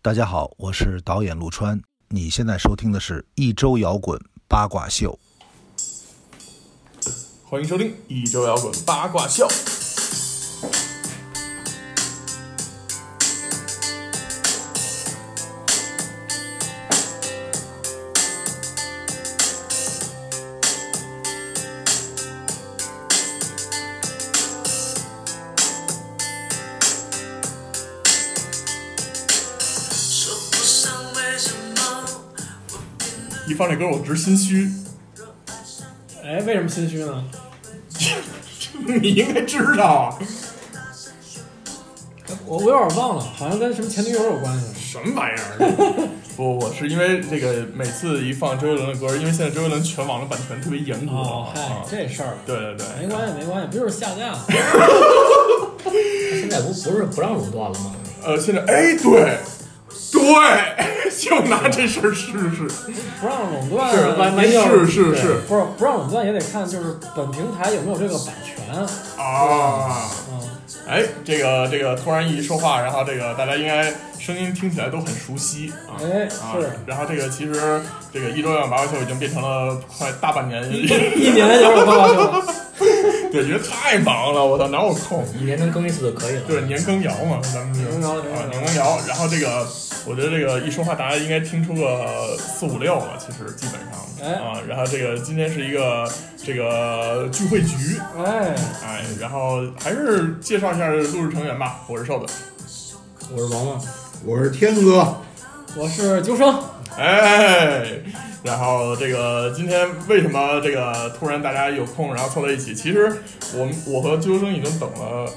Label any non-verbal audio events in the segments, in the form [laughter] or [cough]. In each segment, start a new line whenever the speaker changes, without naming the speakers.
大家好，我是导演陆川。你现在收听的是一周摇滚八卦秀。
欢迎收听一周摇滚八卦秀。
说不上为什么，我变得
一放这歌，我直心虚。 [laughs]
若爱上你，
哎，为什么心虚呢？
你应该知道啊，
大声宣布，
我我有点忘了，好像跟什么前女友有关系。
什么玩意儿？ [laughs] 不，我是因为这个每次一放周杰伦的歌，因为现在周杰伦全网的版权特别严格
哦，
啊
嗨，。这事儿
对对对，
没关系，没关系，不就是下架 [laughs] 吗？
[laughs] 现在不不是不让垄断了吗？
呃，现在哎，对对， [laughs] 就拿这事儿试试，是
不让垄断，
完完
也
是
有
是
对
是
不是不让垄断也得看，就是本平台有没有这个版权。
啊。
嗯，
哎，这个这个突然一说话，然后这个大家应该声音听起来都很熟悉啊。
哎，
啊
是，
然后这个其实这个一周要八卦秀已经变成了快大半年， [laughs]
一年摇滚八卦秀，
对，因为太忙了，我操，哪有空？
[laughs] 一年能更一次就可以了。
对，年羹尧嘛，咱们是
年羹尧年羹尧
啊，年羹尧。然后这个，我觉得这个一说话，大家应该听出个四五六了，其实基本上、
哎
啊。然后这个今天是一个这个聚会局，
哎，
哎，然后还是介绍一下录制成员吧。我是瘦子，
我是王王，
我是天哥，
我是秋生，
哎，然后这个今天为什么这个突然大家有空，然后凑在一起？其实我们我和究生已经等了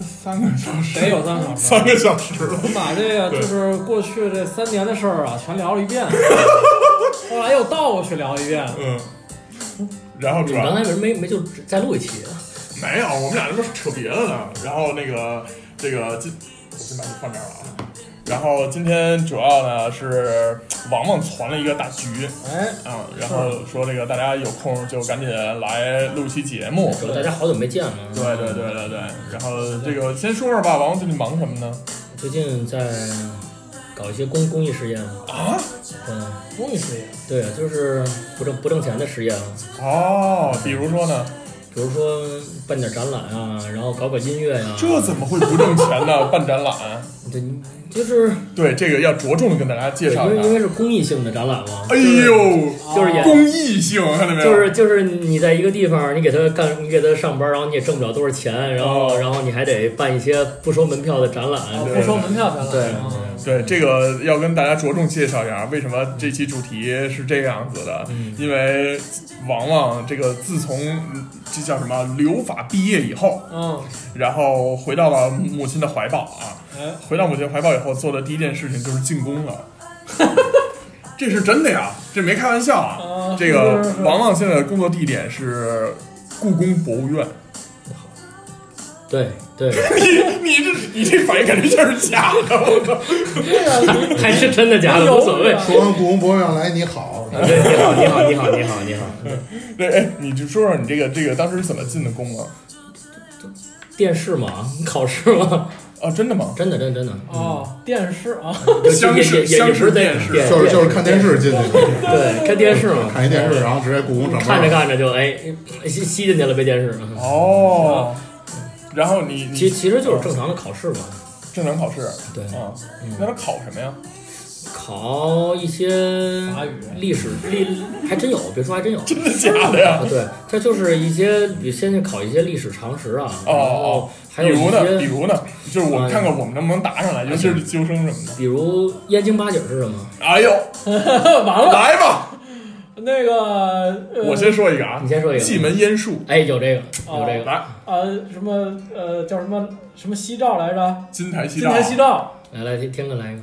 三个小时，
得有三个小时
三个小时了
我。们把这个
对
就是过去这三年的事儿啊，全聊了
[laughs]
一遍，后来又倒过去聊一遍。
嗯，然后
你
主
们
要
刚才为什么没没就再录一期啊？
没有，我们俩这都是扯别的呢。然后那个这个今，我先把你放这儿了啊。然后今天主要呢是王王攒了一个大局
哎，
啊、然后说这个大家有空就赶紧来录期节目。
主要大家好久没见了。
对对对对对，然后这个先说说吧，王王最近忙什么呢？
最近在搞一些公公益事业嘛。啊？嗯，
公益事业，
对，啊就是不挣不挣钱的事业啊，
哦，比如说呢，
比如说办点展览啊，然后搞搞音乐呀、
这怎么会不挣钱呢？办展览， [laughs]
对，就是
对这个要着重的跟大家介
对
绍一
因为因
下。
为是公益性的展览嘛。
哎呦，
就是也
公益性，看到没有？
就是就是你在一个地方，你给他干，你给他上班，然后你也挣不了多少钱，然后
哦
然后你还得办一些不收门票的展览，
啊，
哦
对
不收门票展览。
对
啊
对，这个要跟大家着重介绍一下，为什么这期主题是这个样子的？
嗯
因为王王这个自从嗯这叫什么留法毕业以后，
嗯，
然后回到了母亲的怀抱啊，
哎，
回到母亲怀抱以后做的第一件事情就是进宫 [laughs] 了。这是真的呀，这没开玩笑啊！
啊
这个
是是是
王王现在的工作地点是故宫博物院。
对对，
[laughs] 你你这你这反应感觉像是假的，我靠！
对啊，
还是真的假的无所谓。啊
有
说完故宫博物院来，你好，
对，你好，你好，你好，你好，你好。
对，哎，你就说说你这个这个当时是怎么进的宫啊？
电视嘛，考试嘛，
啊，真的吗？
真的，真的，真的。
嗯
哦，电视啊， [laughs]
就
相
也
识
也也
相
也
识
不是在
电视
电
就是就是看电，视进去的，
电对，看电视嘛，
看一电视，然后直接故宫上
看着
班。
看着就哎吸吸进去了，被电视。
哦，然后你
其
你
其实就是正常的考试嘛，
正常考试
对，
啊
嗯？
那他考什么呀？
考一些
法语
历史历，还真有，别说还真有。
真的假的呀
啊，？对，它就是一些，比先去考一些历史常识啊，
哦
然
哦
后，还
比
有
如
一
呢？比
些，啊
如呢？就是我们
嗯
看看我们能不能答上来，尤其是究生什么的。
比如燕京八景是什么？
哎呦， [laughs]
完了，
来吧，
那个呃
我先说一个啊
你，先说一个。
蓟门烟树，
哎，有这个，
哦
有这个，
来，
呃什么呃叫什么什么夕照来着？
金台西
金
照，
台夕照，
来来听听哥来一个。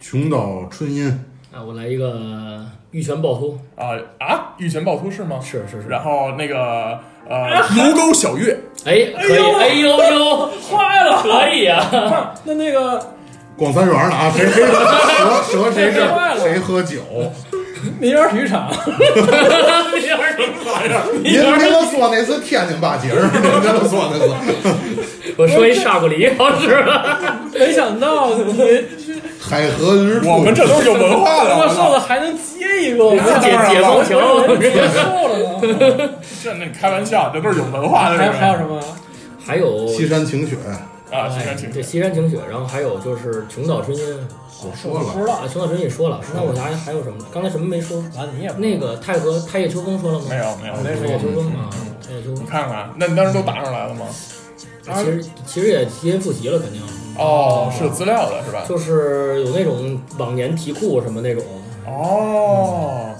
琼岛春阴，
啊，我来一个玉泉趵突，
啊啊，玉泉趵突是吗？
是啊是是。
然后那个呃，卢沟晓
[laughs]
月，
哎，可以，哎呦呦，
坏了，
可
[laughs]
以啊。
那那个
逛三园呢啊，谁谁蛇蛇谁
太坏
是
了
谁喝酒？
民园体
[laughs]
育场，
您您都说那是天津八景，您都说那是
我说一沙布里好使了。
没想到你这
海河日出，
我们这都是有文化的。
那
我
瘦
操
子还能接一个，我
你自己
们
解放情，
[laughs]
接瘦了呢。
这那开玩笑，这都是有文化的
还有
人。
还有什么？
还有哎
西山晴雪，
啊？西山情
对西山晴雪，然后还有就是琼岛春音
我说
不
了，
知道
啊，，琼岛春音也说了，那我还还有什么？刚才什么没说？
完了你也不
那个太和太液秋风说了吗？
没有没有，
没
太液秋风啊，太液秋
你
风，
看看，那你当时都打上来了吗？
其实其实也提前复习了，肯定
哦，是有资料的是吧？
就是有那种往年题库什么那种，
哦。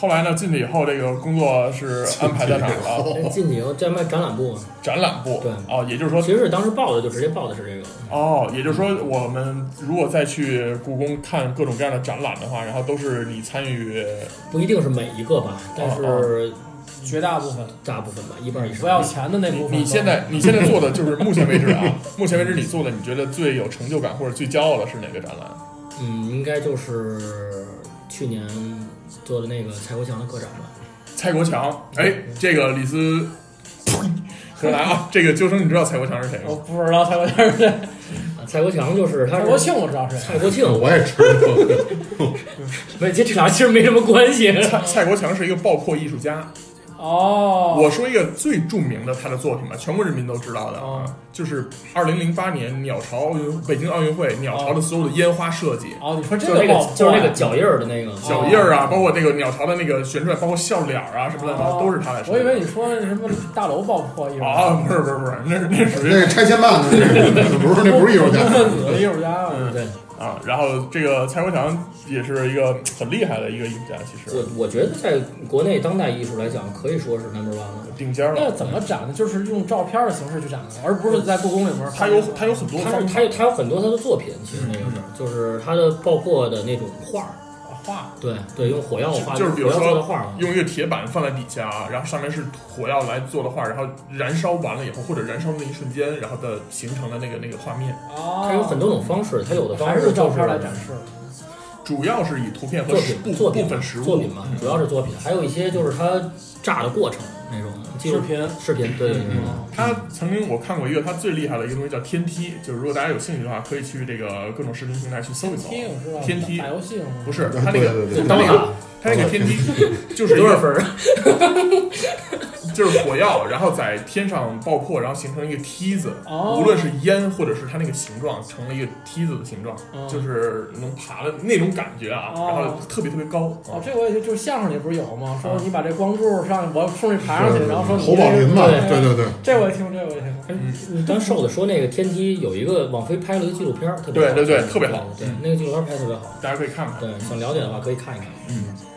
后来呢？进去以后，这个工作是安排在哪儿了？
哎进去以后在卖展览部嘛，
展览部。
对
哦，也就是说，
其实是当时报的就直接报的是这个，
哦，也就是说，我们如果再去故宫看各种各样的展览的话，然后都是你参与。
不一定是每一个吧，但
哦
是
绝大部分
大部分吧，一半以上。
不要钱的那
你
部分。
你现
哦
在你现在做的就是目前为止
[laughs]
啊，目前为止你做的，你觉得最有成就感或者最骄傲的是哪个展览？
嗯，应该就是去年做的那个蔡国强的个展吧。
蔡国强，哎，这个李斯，呸，来啊，这个究生，你知道蔡国强是谁
我
吗？
不知道蔡国庆是谁，
啊蔡国强就是他
蔡
是
国庆我知道是谁，
蔡国庆，
我也知道，
没这这俩其实没什么关系。
蔡蔡国强是一个爆破艺术家。
[laughs] 哦，
我说一个最著名的他的作品吧，全国人民都知道的啊
哦，
就是二零零八年鸟巢奥运北京奥运会鸟巢的所有的烟花设计。
哦，你说这
就是那
爆
个就是那个脚印儿的那个，
脚印儿啊，包括那个鸟巢的那个旋转，包括笑脸儿啊，什么乱七八糟都是他来设
哦我
计
以
的。
为你说什么大楼爆破艺术家，
啊，不是不是不是，那是那是属于
那拆迁办的，不是那不是艺术家
工，分子的艺术家，
对，
啊。然后这个蔡国强也是一个很厉害的一个艺术家，其实
我我觉得在国内当代艺术来讲，可以说是 number one 了。
顶尖儿
那
了。
怎么展呢？就是用照片的形式去展的，而不是在故宫里面。
他有他有很多
他
方嗯
是
法
他有他有很多他的作品，其实那个是就是他的爆破的那种画儿，
画，
对对，用火药画
就就是比如
火药做的
说
画儿嘛，啊
用一个铁板放在底下，啊然后上面是火药来做的画，然后燃烧完了以后，或者燃烧的那一瞬间，然后的形成了那个那个画面，
哦，
他有很多种方式，他有的方
还
式
是用照
就是
片来展示。
主要是以图片和
作
实
品
部
作品
部分实物嗯
作品嘛，主要是作品，还有一些就是他炸的过程那种记录
视频
视频，
嗯
对对对。
他曾经我看过一个他最厉害的一个东西叫天梯，就是如果大家有兴趣的话，可以去这个各种视频平台去搜一搜。
听是吧？
天梯
打游戏吗？
不
是，
是他那个
对对对
他那
刀塔
个他那个天梯 [laughs] 就是一
多少
个
分儿？
就是火药，然后在天上爆破，然后形成一个梯子，
哦
无论是烟或者是它那个形状，成了一个梯子的形状，
嗯
哦
就是能爬的那种感觉啊，
哦
然后特别特别高。
哦，这我也就就是相声里不是有吗？说你把这光柱上去，我送去爬上去，然后说你
侯宝林嘛，
这
对对对，
这我也听，这我也听过。
你刚嗯瘦子说那个天梯有一个网飞拍了一个纪录片儿，特别
对
好
对对特别好
对，对那个纪录片儿拍得特别好。
嗯大家可以看看。
对，想了解的话可以看一看。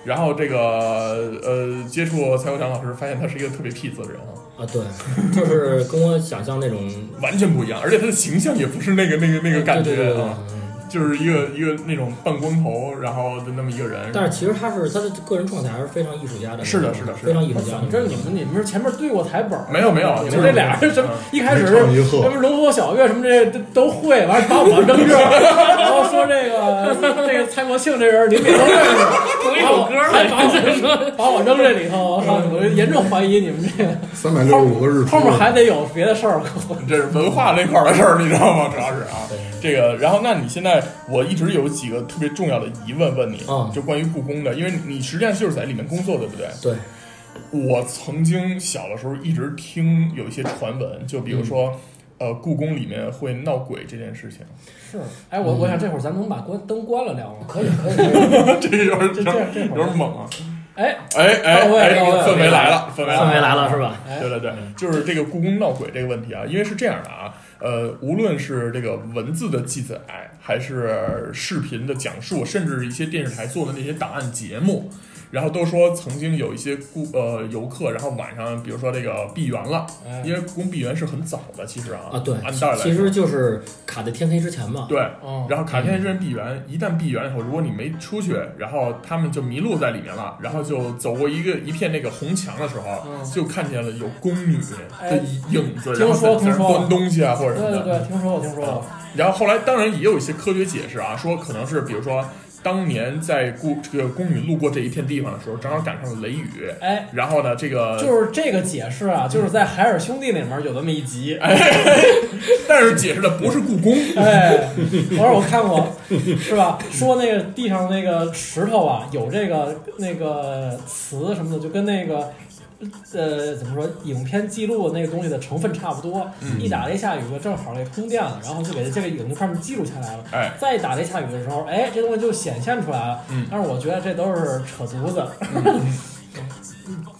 然后这个呃，接触蔡国强老师，发现他是一个特别 peace 的人啊，
啊，对，就是跟我想象那种
完全不一样，而且他的形象也不是那个那个那个感
对对
觉
对对
啊，
嗯
就是一个一个那种半光头，然后的那么一个人。
但是其实他是他的个人状态还是非常艺术家的，
是的是的是的
非常艺术家
怎
的。
么着？你们你们是前面对过台本儿？
没有没有
啊你
就是啊
们这俩人什么？一开始
没唱一
什
和
么龙火小月什么这都都会，完了把我扔
[laughs]
这儿，然后说这个这个蔡国庆这人你们也都认识，
[laughs] 同一
首
歌儿，
还把我把我扔这里头，我靠！我就严重怀疑你们这
三百六十五个日出
后，面还得有别的事儿。
这是文化那块儿的事儿，你知道吗？主要是 [laughs] 啊
对，
这个，然后那你现在我一直有几个特别重要的疑问问你，
嗯
就关于故宫的，因为你实际上就是在里面工作，对不对？
对，
我曾经小的时候一直听有一些传闻，就比如说，呃，故宫里面会闹鬼这件事情， [laughs]
是，哎，我我想这会儿咱能把关灯关了聊吗？
可以可
[laughs]
以可以，
这有点
这这这
有点猛啊！
哎，
哎哎
到位
哎，
到位
氛围来了，氛围来
氛
了
围。来了是吧？
哎
对对对，就是这个故宫闹鬼这个问题啊，因为是这样的啊，呃，无论是这个文字的记载，还是视频的讲述，甚至一些电视台做的那些档案节目，然后都说曾经有一些顾呃游客，然后晚上比如说这个闭园了，
哎
因为故宫闭园是很早的，其实啊，
啊，对
按道理，来
其
说
实就是卡在天黑之前嘛。
对，
哦
然后卡片人闭园，一旦闭园以后，如果你没出去，然后他们就迷路在里面了，然后就走过一个一片那个红墙的时候，
嗯
就看见了有宫女的
哎
影子，
听
然后在
说
在那
听说
端东西啊或者
对
什么
对
的。
对，听说过听说过。
然后后来当然也有一些科学解释啊，说可能是比如说。当年在故这个宫女路过这一片地方的时候，正好赶上了雷雨，
哎，
然后呢，这个
就是这个解释啊，就是在《海尔兄弟》里面有这么一集，哎，
但是解释的不是故宫，
[laughs] 哎我说我看过，是吧？说那个地上那个石头啊，有这个那个词什么的，就跟那个。呃，怎么说？影片记录那个东西的成分差不多，
嗯
一打雷下雨了，正好给通电了，然后就给这个影子上面记录下来了。
哎，
再打雷下雨的时候，哎，这东西就显现出来了。
嗯
但是我觉得这都是扯犊子。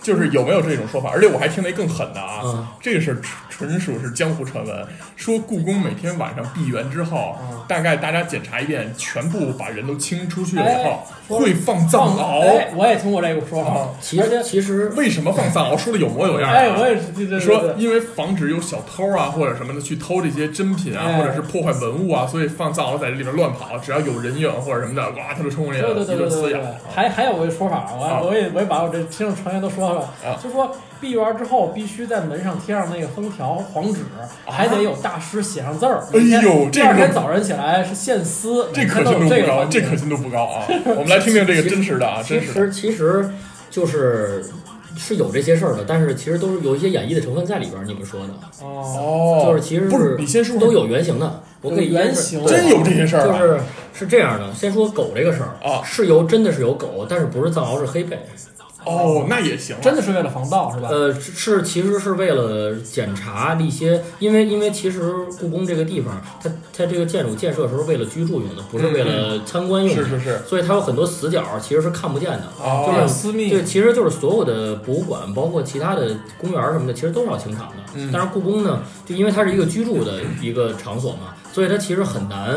就是有没有这种说法？而且我还听了一更狠的啊，
嗯
这个是纯纯属是江湖传闻，说故宫每天晚上闭园之后，
嗯
大概大家检查一遍，全部把人都清出去了以
哎
后，会放 [laughs] 藏獒。
哎，我也听过这个说法
啊。
其实其实
为什么放藏獒？说的有模有样、啊。
哎，我也是对对对
说，
对
因为防止有小偷啊或者什么的去偷这些珍品啊，
哎
或者是破坏文物啊，所以放藏獒在这里面乱跑，只要有人影或者什么的，哇，它就冲过来
对
了，
对
一
对
顿
对
撕
对
咬
对。，还还有个说法，
啊
我我也我也把我这听众成员都说了
啊，
就说闭园之后必须在门上贴上那个封条黄纸，还得有大师写上字儿。
啊哎呦，
第
这
二
个
天早晨起来是现撕，
这
每
可
天都
信度不
有这个
高，
环节
这可信度不高啊！我们来听听这个真实的啊，
其
真实的。
实其实就是是有这些事儿的，但是其实都是有一些演绎的成分在里边儿。你们说的，
哦，
哦，
就是其实
不是你先说
都有原型的，我可以
有原
先
型
对
真有这些事儿
就
啊
是是这样的，先说狗这个事儿
啊
是由真的是有狗，但是不是藏獒是黑背，
哦，那也行啊，
真的是为了防盗是吧？
呃，是是其实是为了检查一些，因为因为其实故宫这个地方，它它这个建筑建设时候为了居住用的，不是为了参观用的，
嗯是是是，
所以它有很多死角儿其实是看不见的。
比
哦
较，私密
对，，其实就是所有的博物馆，包括其他的公园儿什么的，其实都是要清场的。
嗯
但是故宫呢，就因为它是一个居住的一个场所嘛，所以它其实很难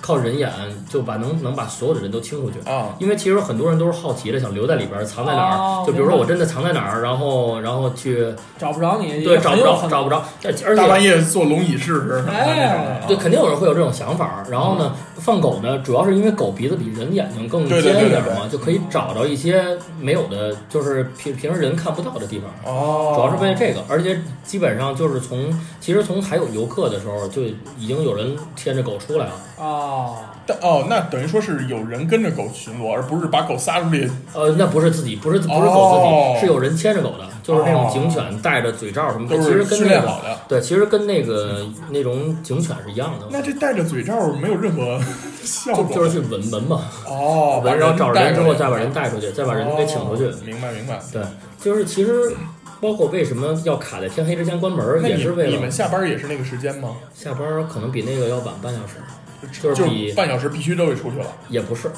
靠人眼就把能能把所有的人都清出去。
啊，
因为其实很多人都是好奇的，想留在里边儿，藏在哪儿？
哦
就比如说
明白
我真的藏在哪儿，然后然后去
找不着你，
对
也
找
很
不
有
着
可能
找不着，但而
大半
且
夜坐龙椅试
[laughs]
试什么的那
哎
种
对
啊，
肯定有人会有这种想法儿。然后呢，放狗呢，主要是因为狗鼻子比人眼睛更
嗯对
尖
对对
一点
对
儿嘛，就可以找着一些没有的，就是平平时人看不到的地方。
哦，
主要是为了这个，而且基本上就是从，其实从还有游客的时候，就已经有人牵着狗出来了。
哦，
但哦，那等于说是有人跟着狗巡逻，而不是把狗撒出去。
呃，那不是自己，不是不是狗自己，
哦
是有人牵着狗的，就是那
哦
种警犬戴着嘴罩什么的，
都
其
是
实跟
训
那
练
个
好的。
对，其实跟那个那种警犬是一样的，
那这戴着嘴罩没有任何 [laughs] 效
就
果，
就是去闻闻嘛，
哦，把
闻然后找着
带
人之后
过
再
来
把人带出去，再把人给请出去
哦。明白明白。
对，就是其实包括为什么要卡在天黑之前关门儿，
那
也
你
是为
你
了
们下班也是那个时间吗？
下班儿可能比那个要晚半小时，
就
就是比
是半小时必须都得出去了。
也不是。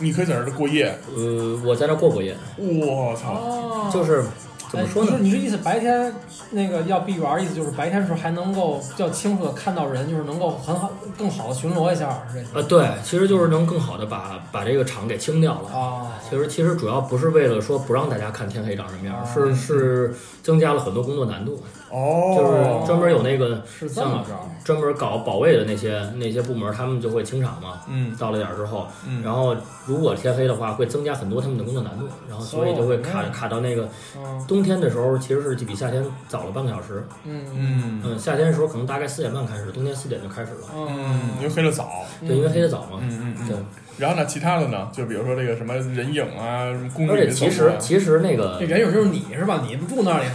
你可以在那儿过夜。
呃，我在那儿过过夜，
我操！
哦，
就是怎
哎
么说呢？
你是你是意思白天那个要闭园儿，意思就是白天的时候还能够比较清楚的看到人，就是能够很好更好的巡逻一下，是这
啊，对，其实就是能更好的把把这个场给清掉了。
啊
其实其实主要不是为了说不让大家看天黑长什么样，
啊
是是增加了很多工作难度，就是
哦，
专门有那个
是这么着。
专门搞保卫的那些那些部门，他们就会清场嘛。
嗯
到了点儿之后，
嗯，
然后如果天黑的话，会增加很多他们的工作难度，然后所以就会卡、
哦
卡到那个
嗯
冬天的时候，其实是比夏天早了半个小时。
嗯
嗯
嗯，夏天的时候可能大概四点半开始，冬天四点就开始了。
嗯，因为黑的早。
对，因为黑的早嘛。
嗯嗯嗯。
对，
然后呢，其他的呢，就比如说这个什么人影啊，什么宫女
而且
的
其
走
实
路啊， [laughs]
其实那个
这人影就是你是吧？你不住那里吗？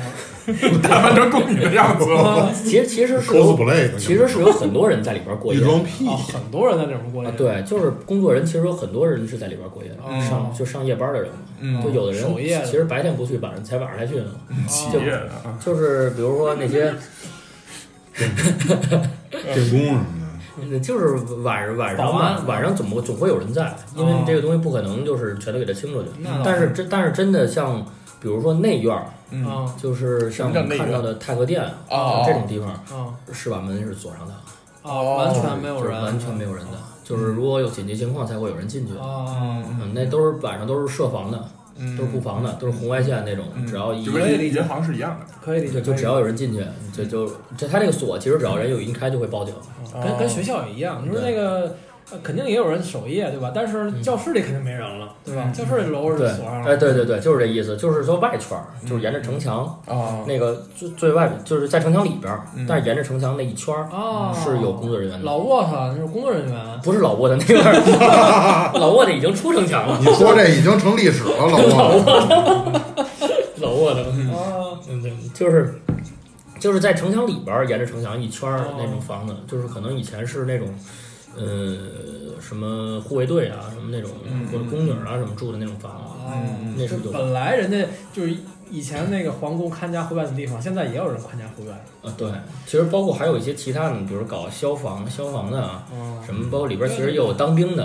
打扮成宫女的样子，哦
其实其实是有
cosplay 的
其实是有很多人在里边过
一
夜。
装屁
啊， [laughs] 很多人在这儿过
哦啊
夜。，
对，就是工作人，其实有很多人是在里边过夜的，
嗯
上就上夜班的人嘛。
嗯
就有的人
守夜的
其实白天不去，晚上才晚上才去呢。
企
[laughs] 就
业的，
就是比如说那些，
电工什么
就是晚上晚上
保安
晚晚上总不总会有人在，因为这个东西不可能就是全都给它清出去
那倒。
但是真但是真的像比如说内院儿，
嗯
啊
就是像
什么
我
叫
们
内院
看到的太和殿
哦
像这种地方，
啊
是把门是锁上的，
啊，完全没有
就是
人，
完全没有人的，就是如果有紧急情况才会有人进去。
啊。
嗯，那都是晚上都是设防的，
嗯
都是布防的，都是红外线那种，
嗯
只要一
就跟银银行是一样的，
可以理
就
解，
就只
可
要有人进去，就就这他这个锁其实只要人有一开就会报警。
哦
哦
以理解跟跟学校也一样。你说那个呃肯定也有人守夜，对吧？但是教室里肯定没人了，对吧？
嗯
教室里楼是
对
锁上，了，
哎，嗯对对对，就是这意思，就是说外圈儿，就是沿着城墙
嗯
啊，
那个最最外边，就是在城墙里边儿
嗯，
但是沿着城墙那一圈儿
哦，
嗯是有工作人员的。
老沃特，就是工作人员，啊
不是老沃的那边儿， [laughs] 老沃的已经出城墙了
你。说这已经成历史了，老莫。
老沃的，嗯，
啊，
对，就是就是在城墙里边儿，沿着城墙一圈儿
哦
那种房子，就是可能以前是那种，呃，什么护卫队啊，什么那种
嗯
或者宫女啊什么住的那种房子，
哦，
那
就是
有
本来人家就是以前那个皇宫看家护院的地方，现在也有人看家护院，
啊，对，其实包括还有一些其他的，比如搞消防、消防的啊，
嗯
什么，包括里边儿其实也有当兵的，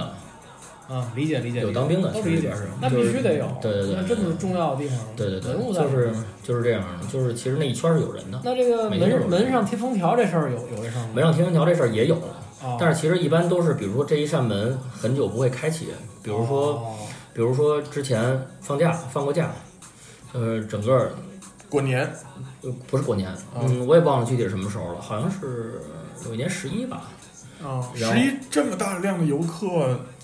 啊，理解理解，
有当兵的
都理
其实
解
也是，
那必须得有，
对对对
那真的是重要的地方，
对对对
文，物在
就
哪
是就是这样的，就是其实那一圈儿是有人的。
那这个
每个人
门
有
门上贴封条这事儿有有这事儿吗？
没让天文桥这事儿也有，
哦，
但是其实一般都是，比如说这一扇门很久不会开启，比如说，
哦
比如说之前放假放过假，呃，整个儿
过年
呃不是过年，嗯，我也忘了具体是什么时候了，好像是呃有一年十一吧，
哦，
然后
十一这么大量的游客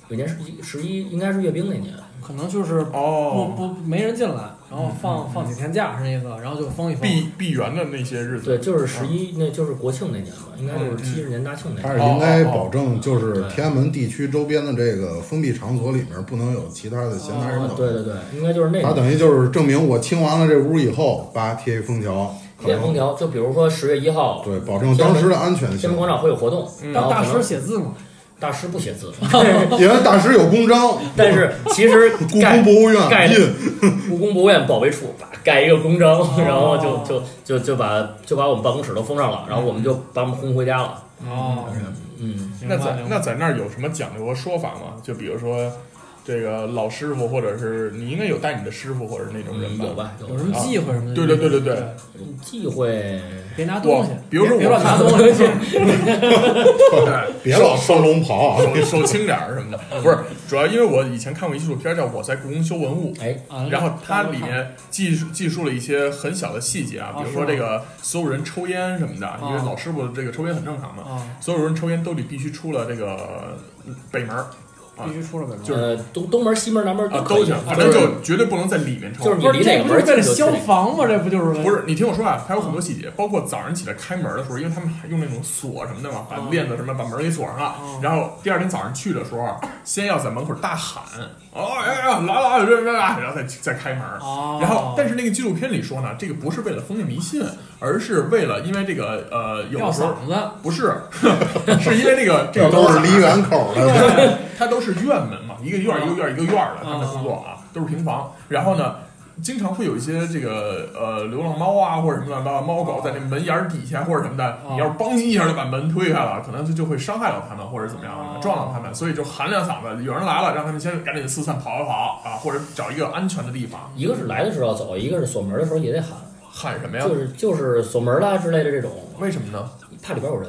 有一年十一十一应该是阅兵那年，
可能就是不
哦，
不没人进来，然后放放几天假是那意思，然后就封一封。
闭闭园的那些日子，哦
对，就是十一，那就是国庆那年吧，应该就是七十年大庆那
但
年。
是应该
哦
保证，就是天安门地区周边的这个封闭场所里面不能有其他的闲杂人
啊
等。
对对对，应该就是那
他
年。
等于就是证明我清完了这屋以后，叭贴一封条，可
贴封
能
条，就比如说十月一号，
对保证当时的安全
天
性
安门。广场会有活动，然
当
后
嗯大
可能
师写字嘛，
大师不写字， [laughs]
因为大师有公章，
但是其实
故
盖
宫博物
盖
院印
故宫博物院保卫处把盖一个公章， [laughs] 然后就就就就把就把我们办公室都封上了，然后我们就把我们轰回家了。
哦，
嗯，
明白
那在
明白
那在那儿有什么讲究和说法吗？就比如说这个老师傅，或者是你应该有带你的师傅，或者是那种人
嗯有？吧？
有什么忌讳什么的？
对对对对对
忌讳？
别拿东
我
西，
比如说
别
我
乱拿
看
东西，
别老双龙袍
[laughs]
啊，
手手轻点儿什么的，不是，主要因为我以前看过一纪录片叫《我在故宫修文物》，
哎，
啊
然后它里面记述记述了一些很小的细节啊，
哦
比如说
是吗
这个所有人抽烟什么的，因为老师傅这个抽烟很正常嘛，
啊，
所有人抽烟都得必须出了这个北门儿
必须出了北门。
就是
呃，东东门、西门、南门
啊，
可
都
以
行，反
就
正
是
就绝对不能在里面抽。
就是你
不是
离哪
这
个
不
门
是
儿
为了
近就去
消
哪个。
防吗？这不就是
不是，你听我说啊，它有很多细节，包括早上起来开门的时候，因为他们还用那种锁什么的嘛，把
嗯
链子什么把门给锁上了。
嗯
然后第二天早上去的时候，啊先要在门口大喊：“哦，哎哎，来了，来来来！”然后再再开门。
哦
然后，但是那个纪录片里说呢，这个不是为了封建迷信，而是为了因为这个呃，有
撂
的时候
嗓子？
不是， [laughs] 是因为这个这
这
个
都是梨园口
[laughs]
的。
呃 [laughs] 它都是院门嘛，一个院儿一个院儿一个院儿的，他们的工作啊都是平房。然后呢，经常会有一些这个呃流浪猫啊或者什么乱七八糟的猫狗在那门沿儿底下或者什么的，你要是梆叽一下就把门推开了，可能就就会伤害到它们或者怎么样
哦
撞到它们，所以就喊两嗓子，有人来了让他们先赶紧四散跑一跑啊，或者找一个安全的地方。
一个是来的时候要走，一个是锁门的时候也得喊，
喊什么呀
就？是就是锁门啦之类的这种，
为什么呢？
怕里边有人，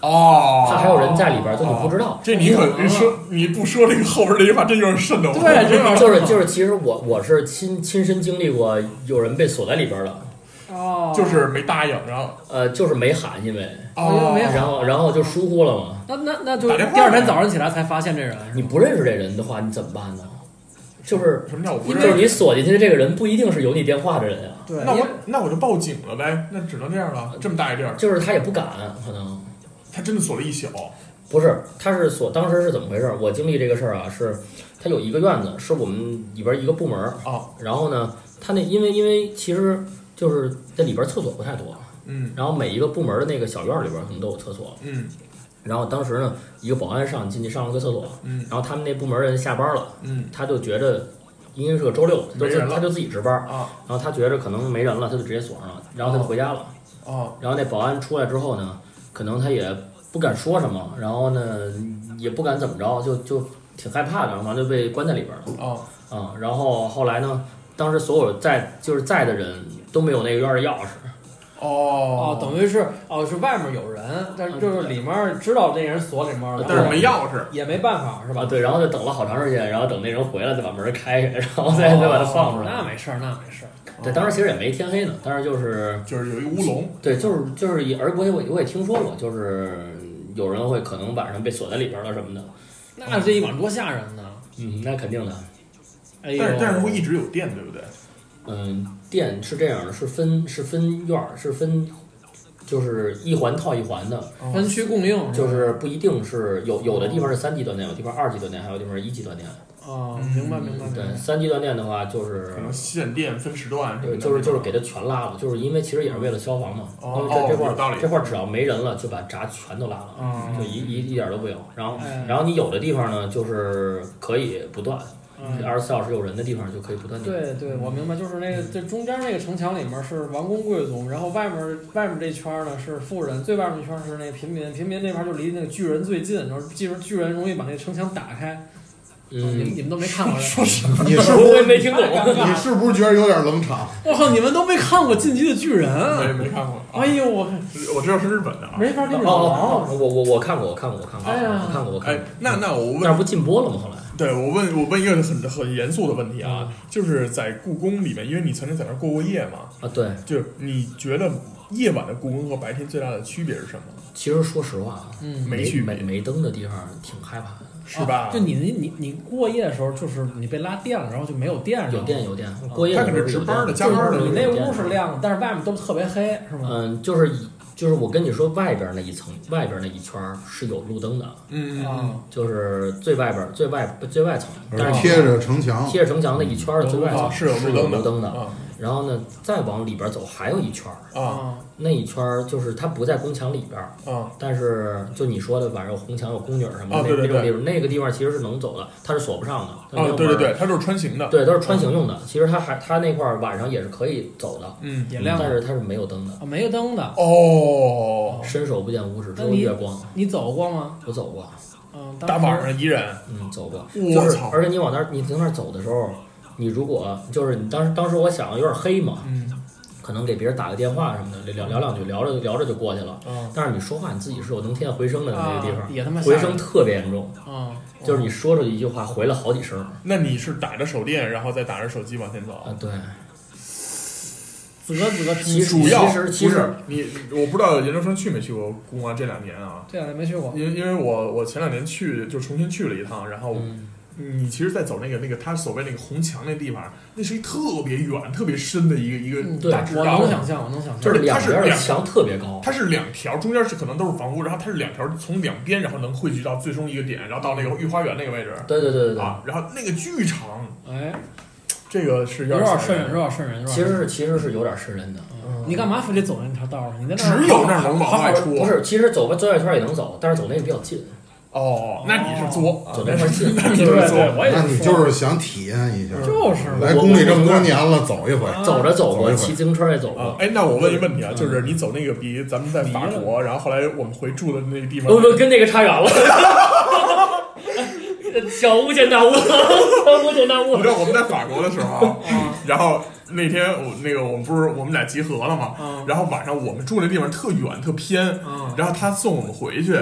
哦，
怕还有人在里边，就你不知道。
这你可说你不说这个后边这句话，这就是瘆得我。
对，这块
就是就是，其实我我是亲亲身经历过有人被锁在里边了，
哦，
就是没答应，然后
呃，就是没喊，因为
哦
哎
没喊
然后然后就疏忽了嘛。
那那那就
打电话
第二天早上起来才发现这人，
你不认识这人的话，你怎么办呢？就是
什么叫我不
就
认识
是你锁进去的这个人不一定是有你电话的人啊，
对，
那
因
我
为
那我就报警了呗，那只能这样了。这么大一地儿，
就是他也不敢，可能
他真的锁了一宿。
不是，他是锁当时是怎么回事儿？我经历这个事儿啊，是他有一个院子，是我们里边一个部门儿
哦，
然后呢，他那因为因为其实就是在里边厕所不太多，
嗯
然后每一个部门的那个小院儿里边可能都有厕所，
嗯
然后当时呢，一个保安上进去上了个厕所，
嗯
然后他们那部门人下班了，
嗯
他就觉着应该是个周六，他就
没人了
他就自己值班，
啊哦
然后他觉着可能没人了，他就直接锁上了，然后他就回家了。
啊
然后那保安出来之后呢，可能他也不敢说什么，然后呢也不敢怎么着，就就挺害怕的，然后就被关在里边了
啊！
啊、然后后来呢，当时所有在就是在的人都没有那个院儿的钥匙，
哦
哦，
等于是哦是外面有人，但是就是里面知道那人锁里面了，
哦但是没钥匙。
也没办法是
是
吧
吧？？对，然后就等了好长时间，然后等那人回来再把门开开，然后
哦
再再把他放出来。
哦那没事儿，那没事儿。
对，当时其实也没天黑呢，但是就是
就是有一乌龙
对，就是就是也，而且我也我也听说过，就是有人会可能晚上被锁在里边了什么的。
那这一晚多吓人呢！
嗯，那肯定的。
哎呦，
但是但是会一直有电，对不对？
嗯，店是这样的，是分是分院儿，是分就是一环套一环的，
分区供应
就是是不一定是有有的地方是三级断电，有地方二级断电，还有地方是一级断电。
吧啊，明白明白明
对，
白。
三级断电的话就是
可能限电分时段什么
对，
的，
就是就是给它全拉了，就是因为其实也是为了消防嘛。
哦
因为这这
哦
块
有道理
儿这块儿只要没人了，就把闸全都拉了，
嗯
就一一一点儿都不有。然后
哎
然后你有的地方呢，就是可以不断，
嗯
二十四小时有人的地方就可以不断电。
对对，我明白，就是那个这中间那个城墙里面是王公贵族，然后外面外面这圈儿呢是富人，最外面一圈儿是那平民，平民那边儿就离那个巨人最近，然后巨人巨人容易把那城墙打开。哦你们
嗯，
你们都没看过是吧？ [laughs]
你是不
我也
是
没听懂
太。尴尬
你
了
是不是觉得有点冷场？
我靠，你们都没看过《进击的巨人》？
没没看过。
哎呦，我
我知道是日本的啊。
没法
哦
跟你们
哦，
聊。啊
哦我我我看过，我看过，我看过，
哎呀
我看过，我看
哎
过。，
那那我问
那不禁播了吗？后来，
对我问我问一个很很严肃的问题啊，
嗯
就是在故宫里面，因为你曾经在那儿过过夜嘛，
啊，对，
就是你觉得夜晚的故宫和白天最大的区别是什么？
其实说实话，啊
嗯
没
没
区别
没没灯的地方挺害怕的，
是吧？
就你你你你过夜的时候，就是你被拉电了，然后就没有电了。
有电有电，过夜
他
的
可
时候
是值
有
班的，
电。
加班
你
的。
哎哦那屋是亮的，但是外面都特别黑，是吗？
嗯，就是以就是我跟你说，外边那一层，外边那一圈儿是有路灯的，
嗯，
啊，
就是最外边最外最外层，但是
贴着城墙，
贴着城墙那一圈儿的最外
啊
层
是有路
有
灯
路灯的。
啊
然后呢，再往里边走还有一圈儿，
啊
那一圈儿就是它不在宫墙里边儿，
啊！
但是就你说的晚上有红墙有宫女儿什么
啊
的，
对对对
那那种地方，那个地方其实是能走的，它是锁不上的。它没
啊
有，
对对
门儿
对，，它就是穿行的。
对，都是穿行用的。其实它还它那块儿晚上也是可以走的，
嗯，
也亮
但
的，
是它是没有灯的，
啊，没有灯的。
哦，
伸手不见五指，只
那
有
你
月光。
你走过吗？
我走过，啊
嗯，
大晚上宜人，
嗯，走过。
我
就是
操，
而且你往那儿，你从那儿走的时候，你如果就是你当时当时我想有点黑嘛，
嗯
可能给别人打个电话什么的，聊聊两句，聊着聊着就过去了。
啊
但是你说话你自己是有能听见回声的那个地
啊
方，
也他妈吓
回
人
声特别严重，
啊，
嗯
就是你说出去一句话回了好几声啊。
那你是打着手电，然后再打着手机往前走？
对，
啧啧
其
听。
实
主要
其实其
不是
实
你，我不知道研究生去没去过故宫啊？这两年啊，
这两年没去
嗯
过，
因为因为我我前两年去就重新去了一趟，然后
嗯
你其实，在走那个那个他所谓那个红墙那地方，那是一特别远、特别深的一个一
嗯
个
对
大直
我
道啊
能，想象，我能想象。
就是
两边
它是
的
两啊
墙特别高，
它是两条，中间是可能都是房屋，然后它是两条从两边，然后能汇聚到最终一个点，然后到那个御花园那个位置
对对对对对。
啊，然后那个巨长，
哎，
这个是
有点
点
瘆人，有点瘆人，有点瘆人
其实是其实是有点瘆人的，
你干嘛非得走那条道儿？你在那儿
只有那儿能嗯往外出
不。是，其实走个走外圈也能走，但是走那个比较近，
哦，那你是作，
走那块近。
那你
嗯对
是
对，
作，
我也
那你就是想体验一下。
就是嘛
来宫里这么多年了，走一回。
走着走
走
过，
一会儿
骑自行车也走
啊
过，。
哎，那我问一个问题啊，就是你走那个比咱们在法国，然后后来我们回住的那个地方
不，不，跟那个差远了。 [laughs] 小巫见大巫，小巫见大巫
你知。道我们在法国的时候，啊
嗯
[laughs] 然后那天我那个我们不是我们俩集合了嘛
嗯，
然后晚上我们住那地方特远特偏
嗯，
然后他送我们回去，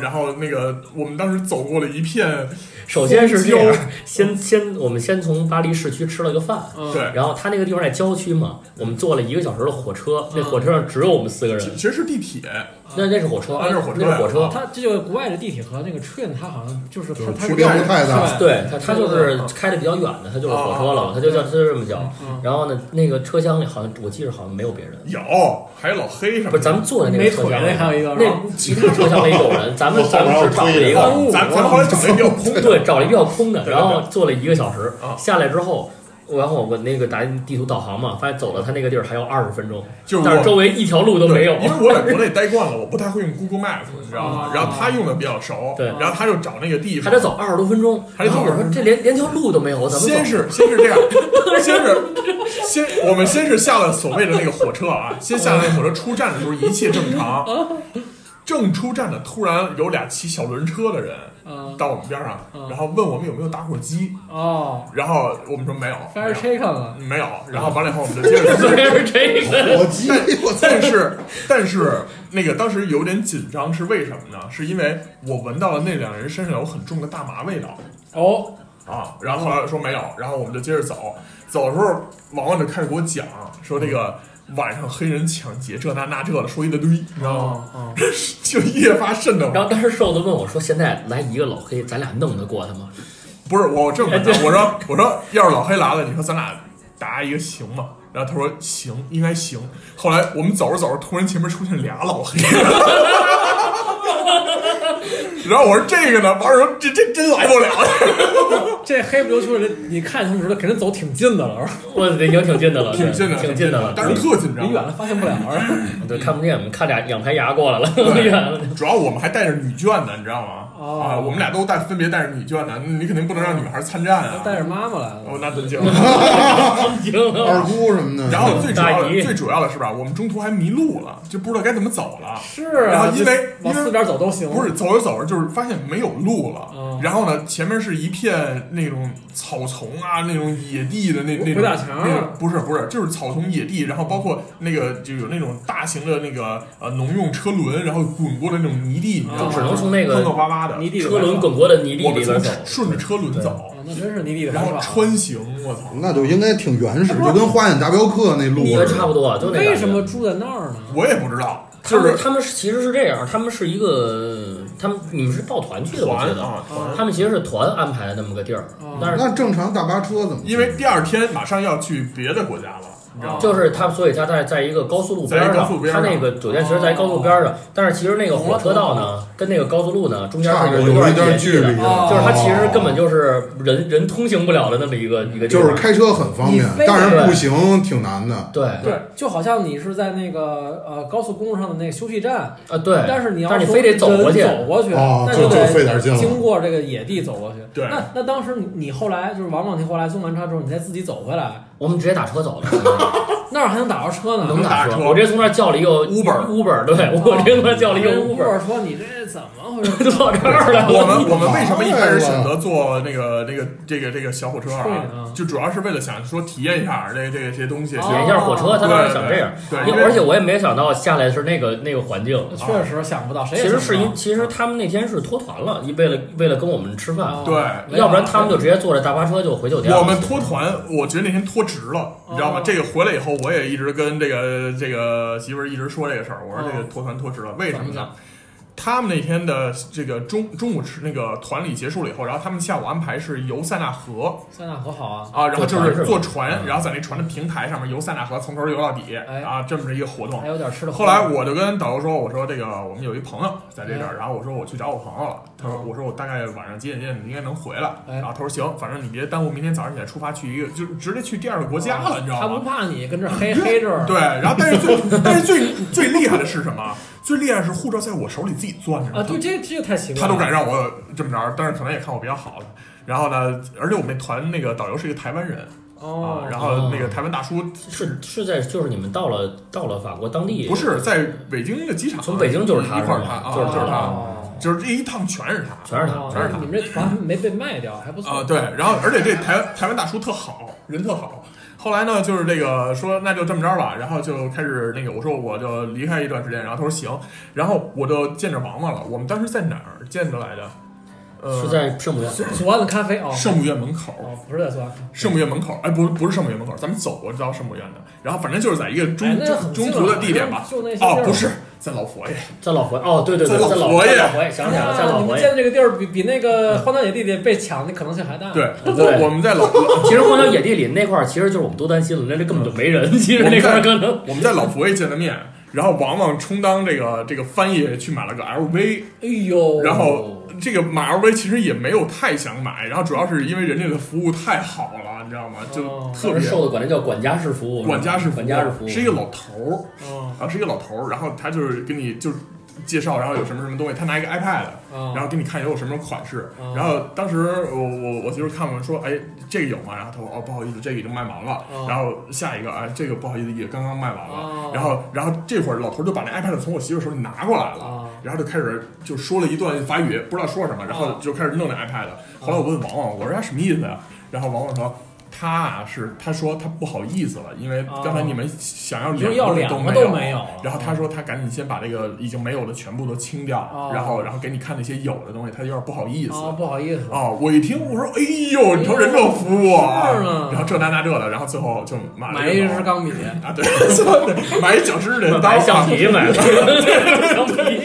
然后那个我们当时走过了一片，
首先是这样，先先我们先从巴黎市区吃了个饭，
嗯
对，
然后他那个地方在郊区嘛，我们坐了一个小时的火车，
嗯
那火车上只有我们四个
其
人。
其实是地铁，
那那是火车，
啊那是火车
那是火车。
它这就国外的地铁和那个 train，它好像就是它它
区别不太大
对
对他，他
啊
就是开的比较远的，他就是火车了，他就叫他就这么叫。
嗯
嗯
然后呢，那个车厢里好像我记着好像没有别人，
有还有老黑什么的，
不是咱们坐的那个车厢
没
里，
腿那还有一个然后
那其他车厢里有人，咱们咱们是找了
后边
一
还有推
个
的，
咱咱们后来找了一个比较空的，
对，找了一个比较空的，
对对
然后坐了一个小时
啊，
下来之后。然后我那个打地图导航嘛，发现走到他那个地儿还有二十分钟，
就是
但是
我
周围一条路都没有
对。因为我在国内待惯了，我不太会用 Google Map，你知道
哦
吗？然后他用的比较熟，
对
然后他就找那个地
还
方
得，走二十多分钟，
还得
然
走
后我说这连连条路都没有，我怎么
先
走？
是先是这样，先是先我们先是下了所谓的那个火车啊，先下了那个火车出站的时候一切正常，正出站的突然有俩骑小轮车的人
嗯
到我们边上，然后问我们有没有打火机，
哦
然后我们说没有，
，fire chicken
[laughs]
了，
没有，没有然后完了以后我们就接着走。
虽然是这个，
火鸡， [laughs] 我操！
[laughs] 但是，但是那个当时有点紧张，是为什么呢？是因为我闻到了那两人身上有很重的大麻味道，
哦，
啊，然后后来说没有，然后我们就接着走，走的时候，王王就开始给我讲说那个晚上黑人抢劫这那那这的，说一大堆，你 [laughs] 知道吗？
啊，
就越发瘆得
然
慌。
后当时瘦子问我说：“现在来一个老黑，咱俩弄得过他吗
不是我这么问他，我说我说要是老黑来了，你说咱俩打一个行吗？然后他说行，应该行。后来我们走着走着，突然前面出现俩老黑。 [laughs] 然后我说这个呢，完了说这这真来不了，
这黑不溜秋的，你看他们知道肯定走挺近的了，？”
我已经挺近的了，
挺近的，
对挺近的了，
但是特紧张
离。远了发现不了。
对，看不见，我们看俩两排牙过来了，
[laughs]
[laughs] 远了。
主要我们还带着女眷呢，你知道吗？
哦
啊，我们俩都带分别带着女眷呢，你肯定不能让女孩参战啊。
[laughs] 带着妈妈来
[laughs]
了，
哦，那真
[laughs]
行。
二姑什么的，
然后最主要
大姨
的最主要的是吧，我们中途还迷路了，就不知道该怎么走了。
是
然
啊，
后因为
往
因为
四边走都行，
不是走着走着就是发现没有路了
嗯，
然后呢，前面是一片那种草丛啊，那种野地的那那
鬼
种
打墙啊
那种不是不是，就是草丛野地，然后包括那个就有那种大型的那个呃农用车轮，然后滚过的那种泥地，你知道
就
吗？
嗯只能从那
坑坑
个
洼洼的，
泥地里
车
边
轮
走
滚过的泥地
我
里
们
边
从
走，
顺着车轮走，
啊，那真是泥地里玩
然
耍
后穿行，我操！
嗯那就应该挺原始，就跟花眼大镖客那路
对，
似
差不
的。
多，就那
为
感觉
什么住在那儿呢？
我也不知道，
他
就
们
是
他们是其实是这样，他们是一个，他们你们是抱团去的，我觉
团
得，
啊团。
他们其实是团安排的那么个地儿，
哦
但是
那正常大巴车怎么去？
因为第二天马上要去别的国家了，
嗯
你知道吗？
就是他，所以他在在一个高速路边儿
在一高速
上，
边
他
儿上
那个酒店其实在高速边
哦
儿上，但是其实那个火车道呢，跟那个高速路呢中间
差
是
着
一
有一
段
段
野
距
地的啊
离，，啊
哦
就是它其实根本就是人人通行不了的那么一个一个地
就是
方。
开车很方便
你，非得
但是步行挺难的。
对
对，就好像你是在那个呃高速公路上的那个休息站，
啊对，
但是你要
但是你
说
非得走过去，
人走过去，
哦
那
就
得
就费点劲了
经过这个野地走过去。
对
那那当时你你后来就是王望亭后来送完车之后，你再自己走回来，
我们直接打
[laughs]
车走了，
那儿还能打着车呢。
能打
打车
我直接从那儿叫了一个
Uber
Uber，对我直接从那儿叫了一个
人
Uber，
Uber 说你这怎么回
[laughs]
事？
到这
[laughs]
儿了，
我们我们为什么一开始选择坐那个那个这个这个小火车啊？哦就主要是为了想说体验一下这这些东西，
体
点一下火车，他当时想这样，
对，
因为而且我也没有想到下来是那个那个环境。
[laughs] 确实想不到，谁也
其实
想不
是
到
因，其实他们那天是脱团了，一为了为了跟我们吃
啊
饭，
对
要不然他们就直接坐着大巴车就回酒店了。
我们脱团，我觉得那天脱职了，你知道吗？这个回来以后，我也一直跟这个这个媳妇儿一直说这个事儿，我说这个脱团脱职了，为什哦么呢？他们那天的这个中中午吃那个团里结束了以后，然后他们下午安排是游塞纳河，
塞纳河好啊，
啊，然后就
坐船是吧
是坐船
嗯，
然后在那船的平台上面游塞纳河，从头游到底
哎
啊，这么着一个活动
还。有点吃的。
后来我就跟导游说，我说这个我们有一朋友在这边
嗯
儿，然后我说我去找我朋友了，他说我说我大概晚上几点几点应该能回来，
哎
然后他说行，反正你别耽误明天早上起来出发去一个，就直接去第二个国家了，你知
他
道
哦不
吗？
怕你跟这儿黑黑这儿，
对，然后但是最但是最最厉害的是什么？最厉害是护照在我手里自己攥着呢
啊，对，这这个太奇怪
他
了，
都敢让我这么着，但是可能也看我比较好了。然后呢，而且我们那团那个导游是一个台湾人
哦
啊，，然后那个台湾大叔
是是在就是你们到了到了法国当地，
不是在北京的机场，
从北京就是他
一块儿
是
他
吧
啊，
就是
就是他，
哦
就是这一趟全是他
全是他，
哦
全
那
是他
你。们这团没被卖掉，还不错
啊，对，然后而且这台台湾大叔特好，人特好。后来呢，就是这个说那就这么着吧，然后就开始那个我说我就离开一段时间，然后他说行，然后我就见着王王了。我们当时在哪儿见着来的？呃，
哦是在圣母院，
左岸的咖啡哦，
圣母院门口。
哦，不是在左岸，
圣母院门口，哎，不，不是圣母院门口，咱们走过到圣母院的，然后反正就是在一个中、
哎那
中
很
中
近
途
了
的地点吧。
就那些地
哦
儿，
不是，在老佛爷，
在老佛爷哦，对对对，
在老
在老
佛爷
在老佛爷，想起来了，在
啊
老
你
佛
们
爷
见。这个地儿比比那个荒诞野地里被抢的可能性还大。
对，
对
我我们在老佛，
其实荒郊野地里那块儿，其实就是我们都担心了，那这根本就没人。其实那块儿可能
嗯我们在老佛爷见的面，然后王王充当这个这个翻译去买了个 LV，
哎呦，
然后这个买 LV 其实也没有太想买，然后主要是因为人家的服务太好了，你知道吗？就
哦
特别
受的管那叫管家式服务，
管家式服务，
管家式服务
是一个老头儿，啊
嗯，
然后是一个老头儿，然后他就是给你就是介绍，然后有什么什么东西，他拿一个 iPad，
啊
然后给你看有什么款式
啊。
然后当时我我我媳妇看我说，哎，这个有吗？然后他说，哦，不好意思，这个已经卖完了
啊。
然后下一个，哎，这个不好意思，也刚刚卖完
啊
了。然后然后这会儿老头就把那 iPad 从我媳妇手里拿过来了
啊，
然后就开始就说了一段法语，不知道说什么，然后就开始弄那 iPad。后来我问王王，我说他什么意思呀？然后王王说。他啊是他说他不好意思了，因为
哦
刚才你们想要
你说要
两
两
个
个
都
都
没
没
有
有，
然后他说他赶紧先把这个已经没有的全部都清掉
哦，
然后然后给你看那些有的东西，他有点不好意思。
啊，不好意思，
哦，我一听我说，哎呦，你瞅人这服务啊，
是吗
然后这那那这的，然后最后就买
买
了
一
一个 [laughs]
支钢笔，
啊，对，对 [laughs] 买一小只
[laughs]
的啊
买
当
橡皮买了，橡皮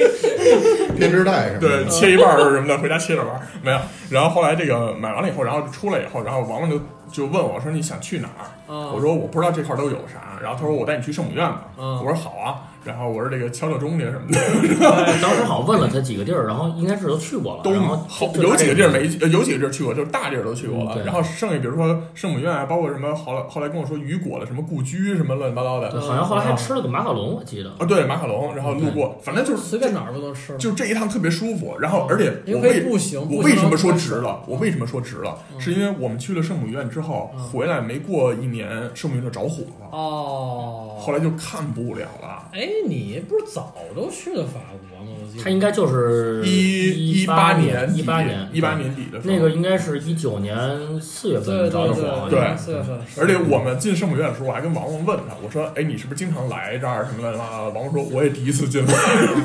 编织袋什么
对，
嗯
的。啊
切一半儿什么的，回家切着玩儿没有。然后后来这个买完了以后，然后出来以后，然后王王就就问我说你想去哪儿？
啊
嗯
我说我不知道这块儿都有啥。然后他说我带你去圣母院吧。
嗯
我说好啊。然后我说这个敲敲钟去什么的，
[laughs] 当时好像问了他几个地儿，然后应该是都去过了，
都
嗯然后
后
就
有几个地儿没，呃有几个地儿去过，就是大地儿都去过
嗯
了。
对
然后剩下比如说圣母院啊，包括什么后来后来跟我说雨果的什么故居什么乱七八糟的
对，呃好像后来还吃了个马卡龙，我记得。
啊，对马卡龙，然后路过，反正就是
随便哪儿不能吃，
就这一趟特别舒服。然
嗯
后而且
因
我
为可
为
以步行。
我
步行
为什么说
到
值了？我为什么说值了？
嗯
是因为我们去了圣母院之后，
嗯
回来没过一年，圣母院就着火了，
哦，
后来就看不了了。
哎，你不是早都去了法国吗？我记得
他应该就是
一
一
八
年，
底
一八年，
一八。年底的时候，
那个应该是一九年四月份
对
着
对
的火，
对
对
四月份是，
而且我们进圣母院的时候，我还跟王王问他，我说：“哎，你是不是经常来这儿什么的？”王王说：“我也第一次进来，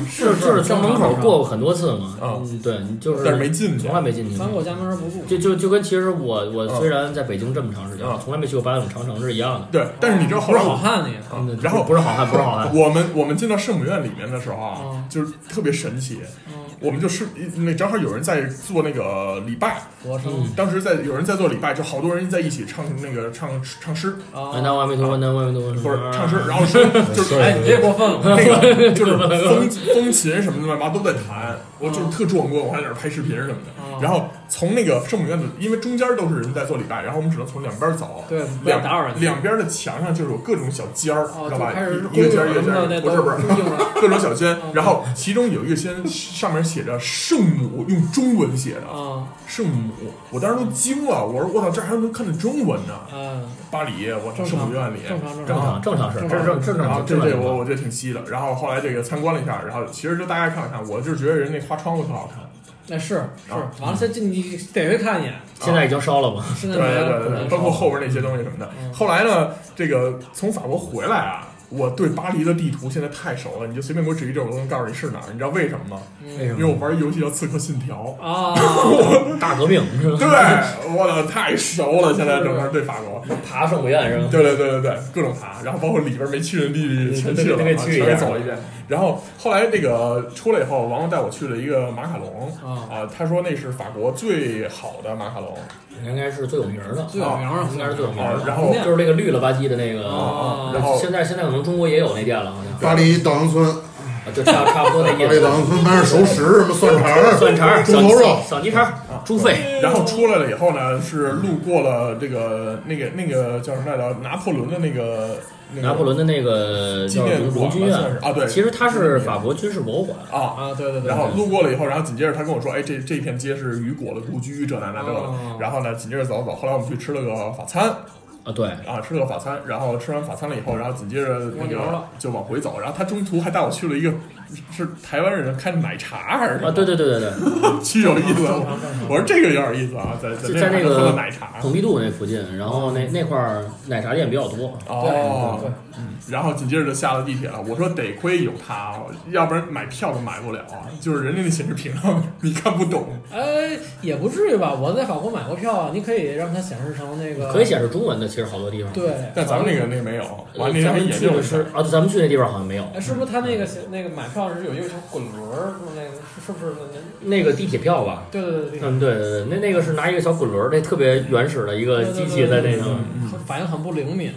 是就是从门口过过很多次嘛，
啊
嗯，对，你 [laughs] 就是
但是没进去
从。来没进去。
翻过家门而不入。
就就就跟其实我我
嗯
虽然在北京这么长时间，
嗯
我从来没去过八达岭长城是一样的”。
对，但是你知道后
不是
来
好
我。
汉你，
啊
嗯
然后
不是好汉，不是好汉，
我们我们进到圣母院里面的时候啊
嗯，
就是特别神奇。
嗯，
我们就是那正好有人在做那个礼拜，
国生
嗯
当时在有人在做礼拜，就好多人在一起唱那个唱唱诗，
南无
啊，
阿弥陀佛，南无阿弥陀佛，
不是唱诗，然后说就是
对
哎，你这过分了，
那个就是风风琴什么的嘛都在弹，我就是特壮观，我还在那儿拍视频什么的。
哦
然后从那个圣母院的，因为中间都是人在做礼拜，然后我们只能从两边走。
对，不要
两
打扰人家。
两边的墙上就是有各种小尖儿，知道
哦，就
吧
开始？
一个
公
尖儿一个
园什
尖
么
儿，
的那
不
都
是不是，
注定了。
各种小尖
嗯
哦。
然后其中有一个尖，上面写着圣母，用中文写的
嗯
啊
圣母，我当时都惊了，我说我操，这还能看见中文呢？
嗯，
巴黎，我操，
正
圣
常
母院里，
正常
然
正
正
后
常。
常正常是，
正
这
常
是正正
然后
常，
这
正
这
常
我我这挺稀的。然后后来这个参观了一下，然后其实就大概看了看，我就是觉得人那花窗户特好看。
那是是，
啊
完了这这你得会看一眼，
现在已经烧了吧？
现
对
在
对
没
对
了
对，包括后边那些东西什么的。
嗯
后来呢，这个从法国回来啊，我对巴黎的地图现在太熟了，你就随便给我指一指，我都能告诉你是哪儿。你知道为什么吗？
为什
因为我玩一游戏叫《刺客信条》。 [laughs]
啊，
么？大革命是吧？
对，我操，太熟了！现在整个对法国，
爬圣母院是吧？
对对对对对，各种爬，然后包括里边没去的地全去了，啊
对对对对去一下
全走了一遍。然后后来那个出来以后，王王带我去了一个马卡龙
啊
啊，他说那是法国最好的马卡龙，
应该是最有名的，
最有名儿
应该是最有名
啊
的。
然后
就是那个绿了吧唧的那个，
哦
然后
现在现在可能中国也有那店了，好像
巴黎稻香村，
啊就差差不多那
巴
意
黎稻 [laughs]
思。
香村卖熟食，什么蒜肠儿、
蒜肠儿、
猪
小
头肉，
小泥肠儿、猪肺，
然后出来了以后呢，是路过了这个那个那个叫什么来着？拿破仑的那个那个
拿破仑的那个
纪
叫
念馆吧
荣军院
算是啊对
其实它是法国军事博物馆。
啊。
啊，对对对，
然后路过了以后，然后紧接着他跟我说：“哎，这这片街是雨果的故居，这那那这的。
哦”
然后呢，紧接着走走，后来我们去吃了个法餐，
啊，对，
啊，吃了个法餐，然后吃完法餐了以后，然后紧接着那
蜗牛
个
了
就往回走，然后他中途还带我去了一个是台湾人开的奶茶还是什么
啊，对对对对
[laughs]
对，
巨有意思。我说这个有点意思啊，在在
就在那
边喝
个
的奶茶嗯
蓬皮杜那附近，然后那那块儿奶茶店比较多。
哦，然后紧接着就下了地铁了。我说得亏有他，要不然买票都买不了啊，就是人家那显示屏上 [laughs] 你看不懂。
哎，也不至于吧？我在法国买过票啊，你可以让它显示成那个，
可以显示中文的，其实好多地方。
对，
但咱们那个那个没有，我还
呃，
那天
咱们
研
去
究了
的
一下
是啊，对咱们去那地方好像没有。
哎，是不是他那个那个买票是有一个小滚轮儿，是不是那个是是不是那？
那个地铁票吧。
对对对对，
嗯，对对对，那那个是拿一个小滚轮儿，那特别原始的一个机器在那上。
很反应很不灵敏。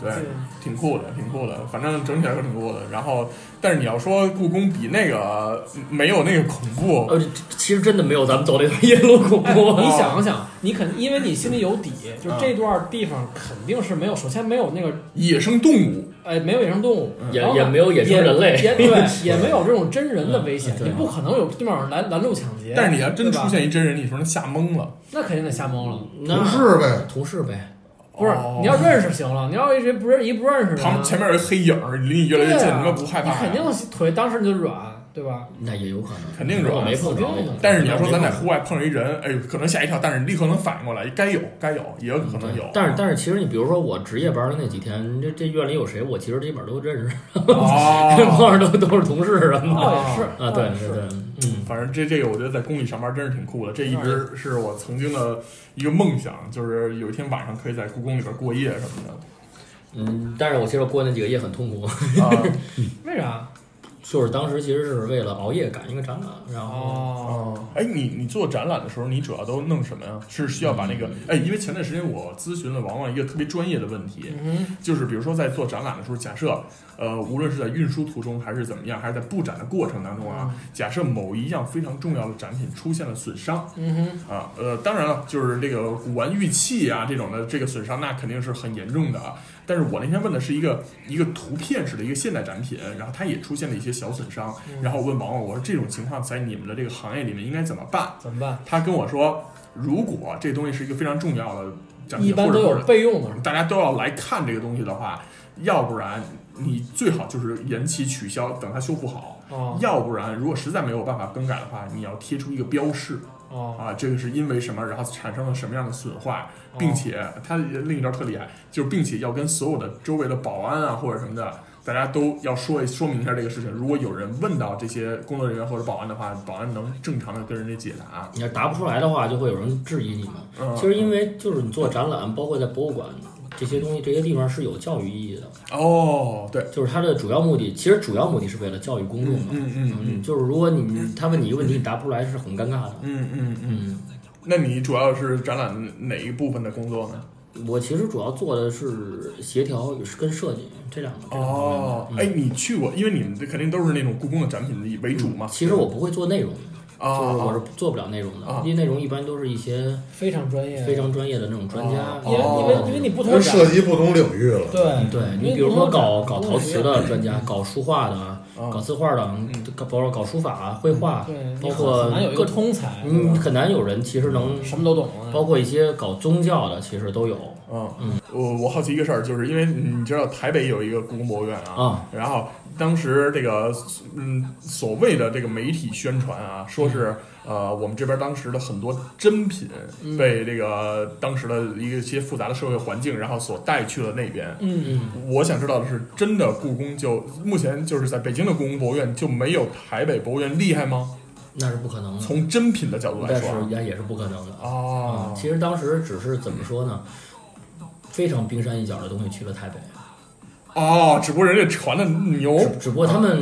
对， [laughs]
哎
挺酷的，挺酷的。反正整体来说挺酷的。然后，但是你要说故宫比那个没有那个恐怖，
呃，其实真的没有咱们走那条夜路恐
哎，
怖。
你想想，你肯因为你心里有底，就这段地方肯定是没有，首先没有那个
野生动物，
哎，没有野生动物，
也
然后
嗯也没有野生人类
也
[laughs]
对，也没有这种真人的危险
嗯，对
你不可能有地方上拦拦路抢劫。
但是你要真
对吧
出，现哦一真人，你说能吓懵了。
那肯定得吓懵了。
那
同事呗，
同事呗，
不是
哦，
你要认识行了，你要一直不认一不认识的，
旁前面有一黑影儿，离你越来越近，你
啊对啊
他妈不害怕呀？
你肯定腿当时你就软。对吧？
那也有可能，
肯定
我
软
没碰着
肯定的。
但是你要说咱在
俩。
户外碰着一人，哎，可能吓一跳，但是你立刻能反应过来，该有该有，也有可能有。啊
但是但是，其实你比如说我值夜班的那几天，这这院里有谁，我其实基本都认识，
啊，
[laughs]
碰 [laughs] 上都都是同事什么
倒也是
的
倒
啊，对
也哦
对
是
对，嗯，
反正这这个我觉得在公寓上班真是挺酷的，这一直是我曾经的一个梦想，就是有一天晚上可以在故宫里边过夜什么的。
嗯，但是我其实过那几个夜很痛苦， [laughs]
[laughs]
啊，
为啥？
就是当时其实是为了熬夜赶一个展览，然后
哦，
哎，你你做展览的时候，你主要都弄什么呀？是需要把那
嗯
个哎，因为前段时间我咨询了王王一个特别专业的问题，
嗯
就是比如说在做展览的时候，假设呃，无论是在运输途中还是怎么样，还是在布展的过程当中
嗯
啊，假设某一样非常重要的展品出现了损伤
哼，嗯哼，
啊，呃，当然了，就是这个古玩玉器啊这种的这个损伤，那肯定是很严重的啊。但是我那天问的是一个一个图片式的一个现代展品，然后它也出现了一些小损伤，
嗯
然后我问王王，我说这种情况在你们的这个行业里面应该怎么办？
怎么办？
他跟我说，如果这东西是一个非常重要的展
一
品，
般
或
都
者或
有
者
备用的，
大家都要来看这个东西的话，要不然你最好就是延期取消，等它修复好。
哦
要不然，如果实在没有办法更改的话，你要贴出一个标示
哦，
啊，这个是因为什么，然后产生了什么样的损坏，
哦
并且它另一招特厉害，就是并且要跟所有的周围的保安啊或者什么的，大家都要说一说明一下这个事情。如果有人问到这些工作人员或者保安的话，保安能正常的跟人家解答。
你要答不出来的话，就会有人质疑你们。
嗯，
其实因为就是你做展览，包括在博物馆这些东西，这些地方是有教育意义的，
哦，对，
就是它的主要目的，其实主要目的是为了教育公众嘛。
嗯嗯嗯嗯
就是如果你他问你一个问题，你答不出来是很尴尬的。
嗯嗯嗯。
嗯，
那你主要是展览哪一部分的工作呢？
我其实主要做的是协调与跟设计这两个。这两个方面
哦，哎，你去过，因为你们这肯定都是那种故宫的展品为主嘛。
嗯其实我不会做内容的，就是我
啊
是做不了内容的，
啊
因为内容一般都是一些
非常专业，
非常专业的那种专家
哦。
因为因为因为你不同
它
的
涉
展，
及不同领域了。
对
对
嗯因为
你比如说
不同
搞
展
搞
不同
陶
职
瓷
业
的专家，搞书画的，
啊
搞字画的，嗯搞包括搞书法、绘画
嗯对，，
包
你
括
很难有一
各
个通才，对
嗯，
吧
很难有人其实能，
什么都懂啊。
包括一些搞宗教的，其实都有
嗯嗯，我我好奇一个事儿，就是因为你知道台北有一个故宫博物院啊，
啊。
然后当时这个嗯所谓的这个媒体宣传啊，说是
嗯
呃我们这边当时的很多珍品被这个当时的一个一些复杂的社会环境，然后所带去了那边。
嗯嗯，
我想知道的是，真的故宫就目前就是在北京的故宫博物院就没有台北博物院厉害吗？
那是不可能的，
从真品的角度来
但
说
是也也是不可能的
啊，
嗯
哦
其实当时只是怎么说呢，非常冰山一角的东西去了台北，
哦，只不过人家传的
哦
牛
只只不过他们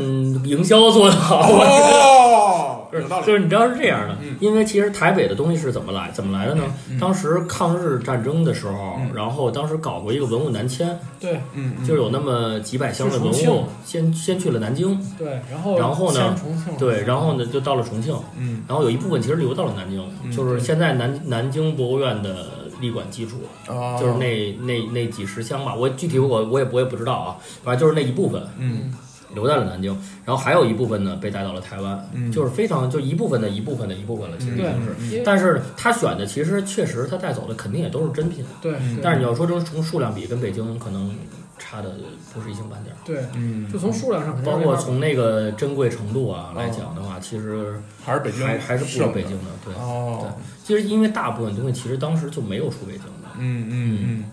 营销做得好。
哦，[laughs]
就
有
是
道理嗯
就是你知道是这样的，因为其实台北的东西是怎么来怎么来的呢？当时抗日战争的时候，然后当时搞过一个文物南迁，
对
嗯
就是有那么几百箱的文
去重
物
庆，
先先去了南京，
对，然后
然后呢
先重庆，
对，然后呢就到了重庆，
嗯，
然后有一部分其实流到了南京，就是现在南南京博物院的立馆基础，
哦
就是那那那几十箱吧，我具体我我也我也不知道啊，反正就是那一部分
嗯
留在了南京，然后还有一部分呢被带到了台湾，
嗯
就是非常就一部分的一部分的一部分了，其实已
对
经是。，
因为
嗯但是他选的其实确实他带走的肯定也都是真品，
对，对
嗯但是你要说就是从数量比跟北京可能差的不是一星半点儿。
对，
嗯，
就从数量上肯定
包
是
括
没法
从那个珍贵程度啊来讲的话，其实
还是北京
还还是不
胜
如
的
北京的。对，
哦，
其实因为大部分东西其实当时就没有出北京的。
嗯嗯嗯，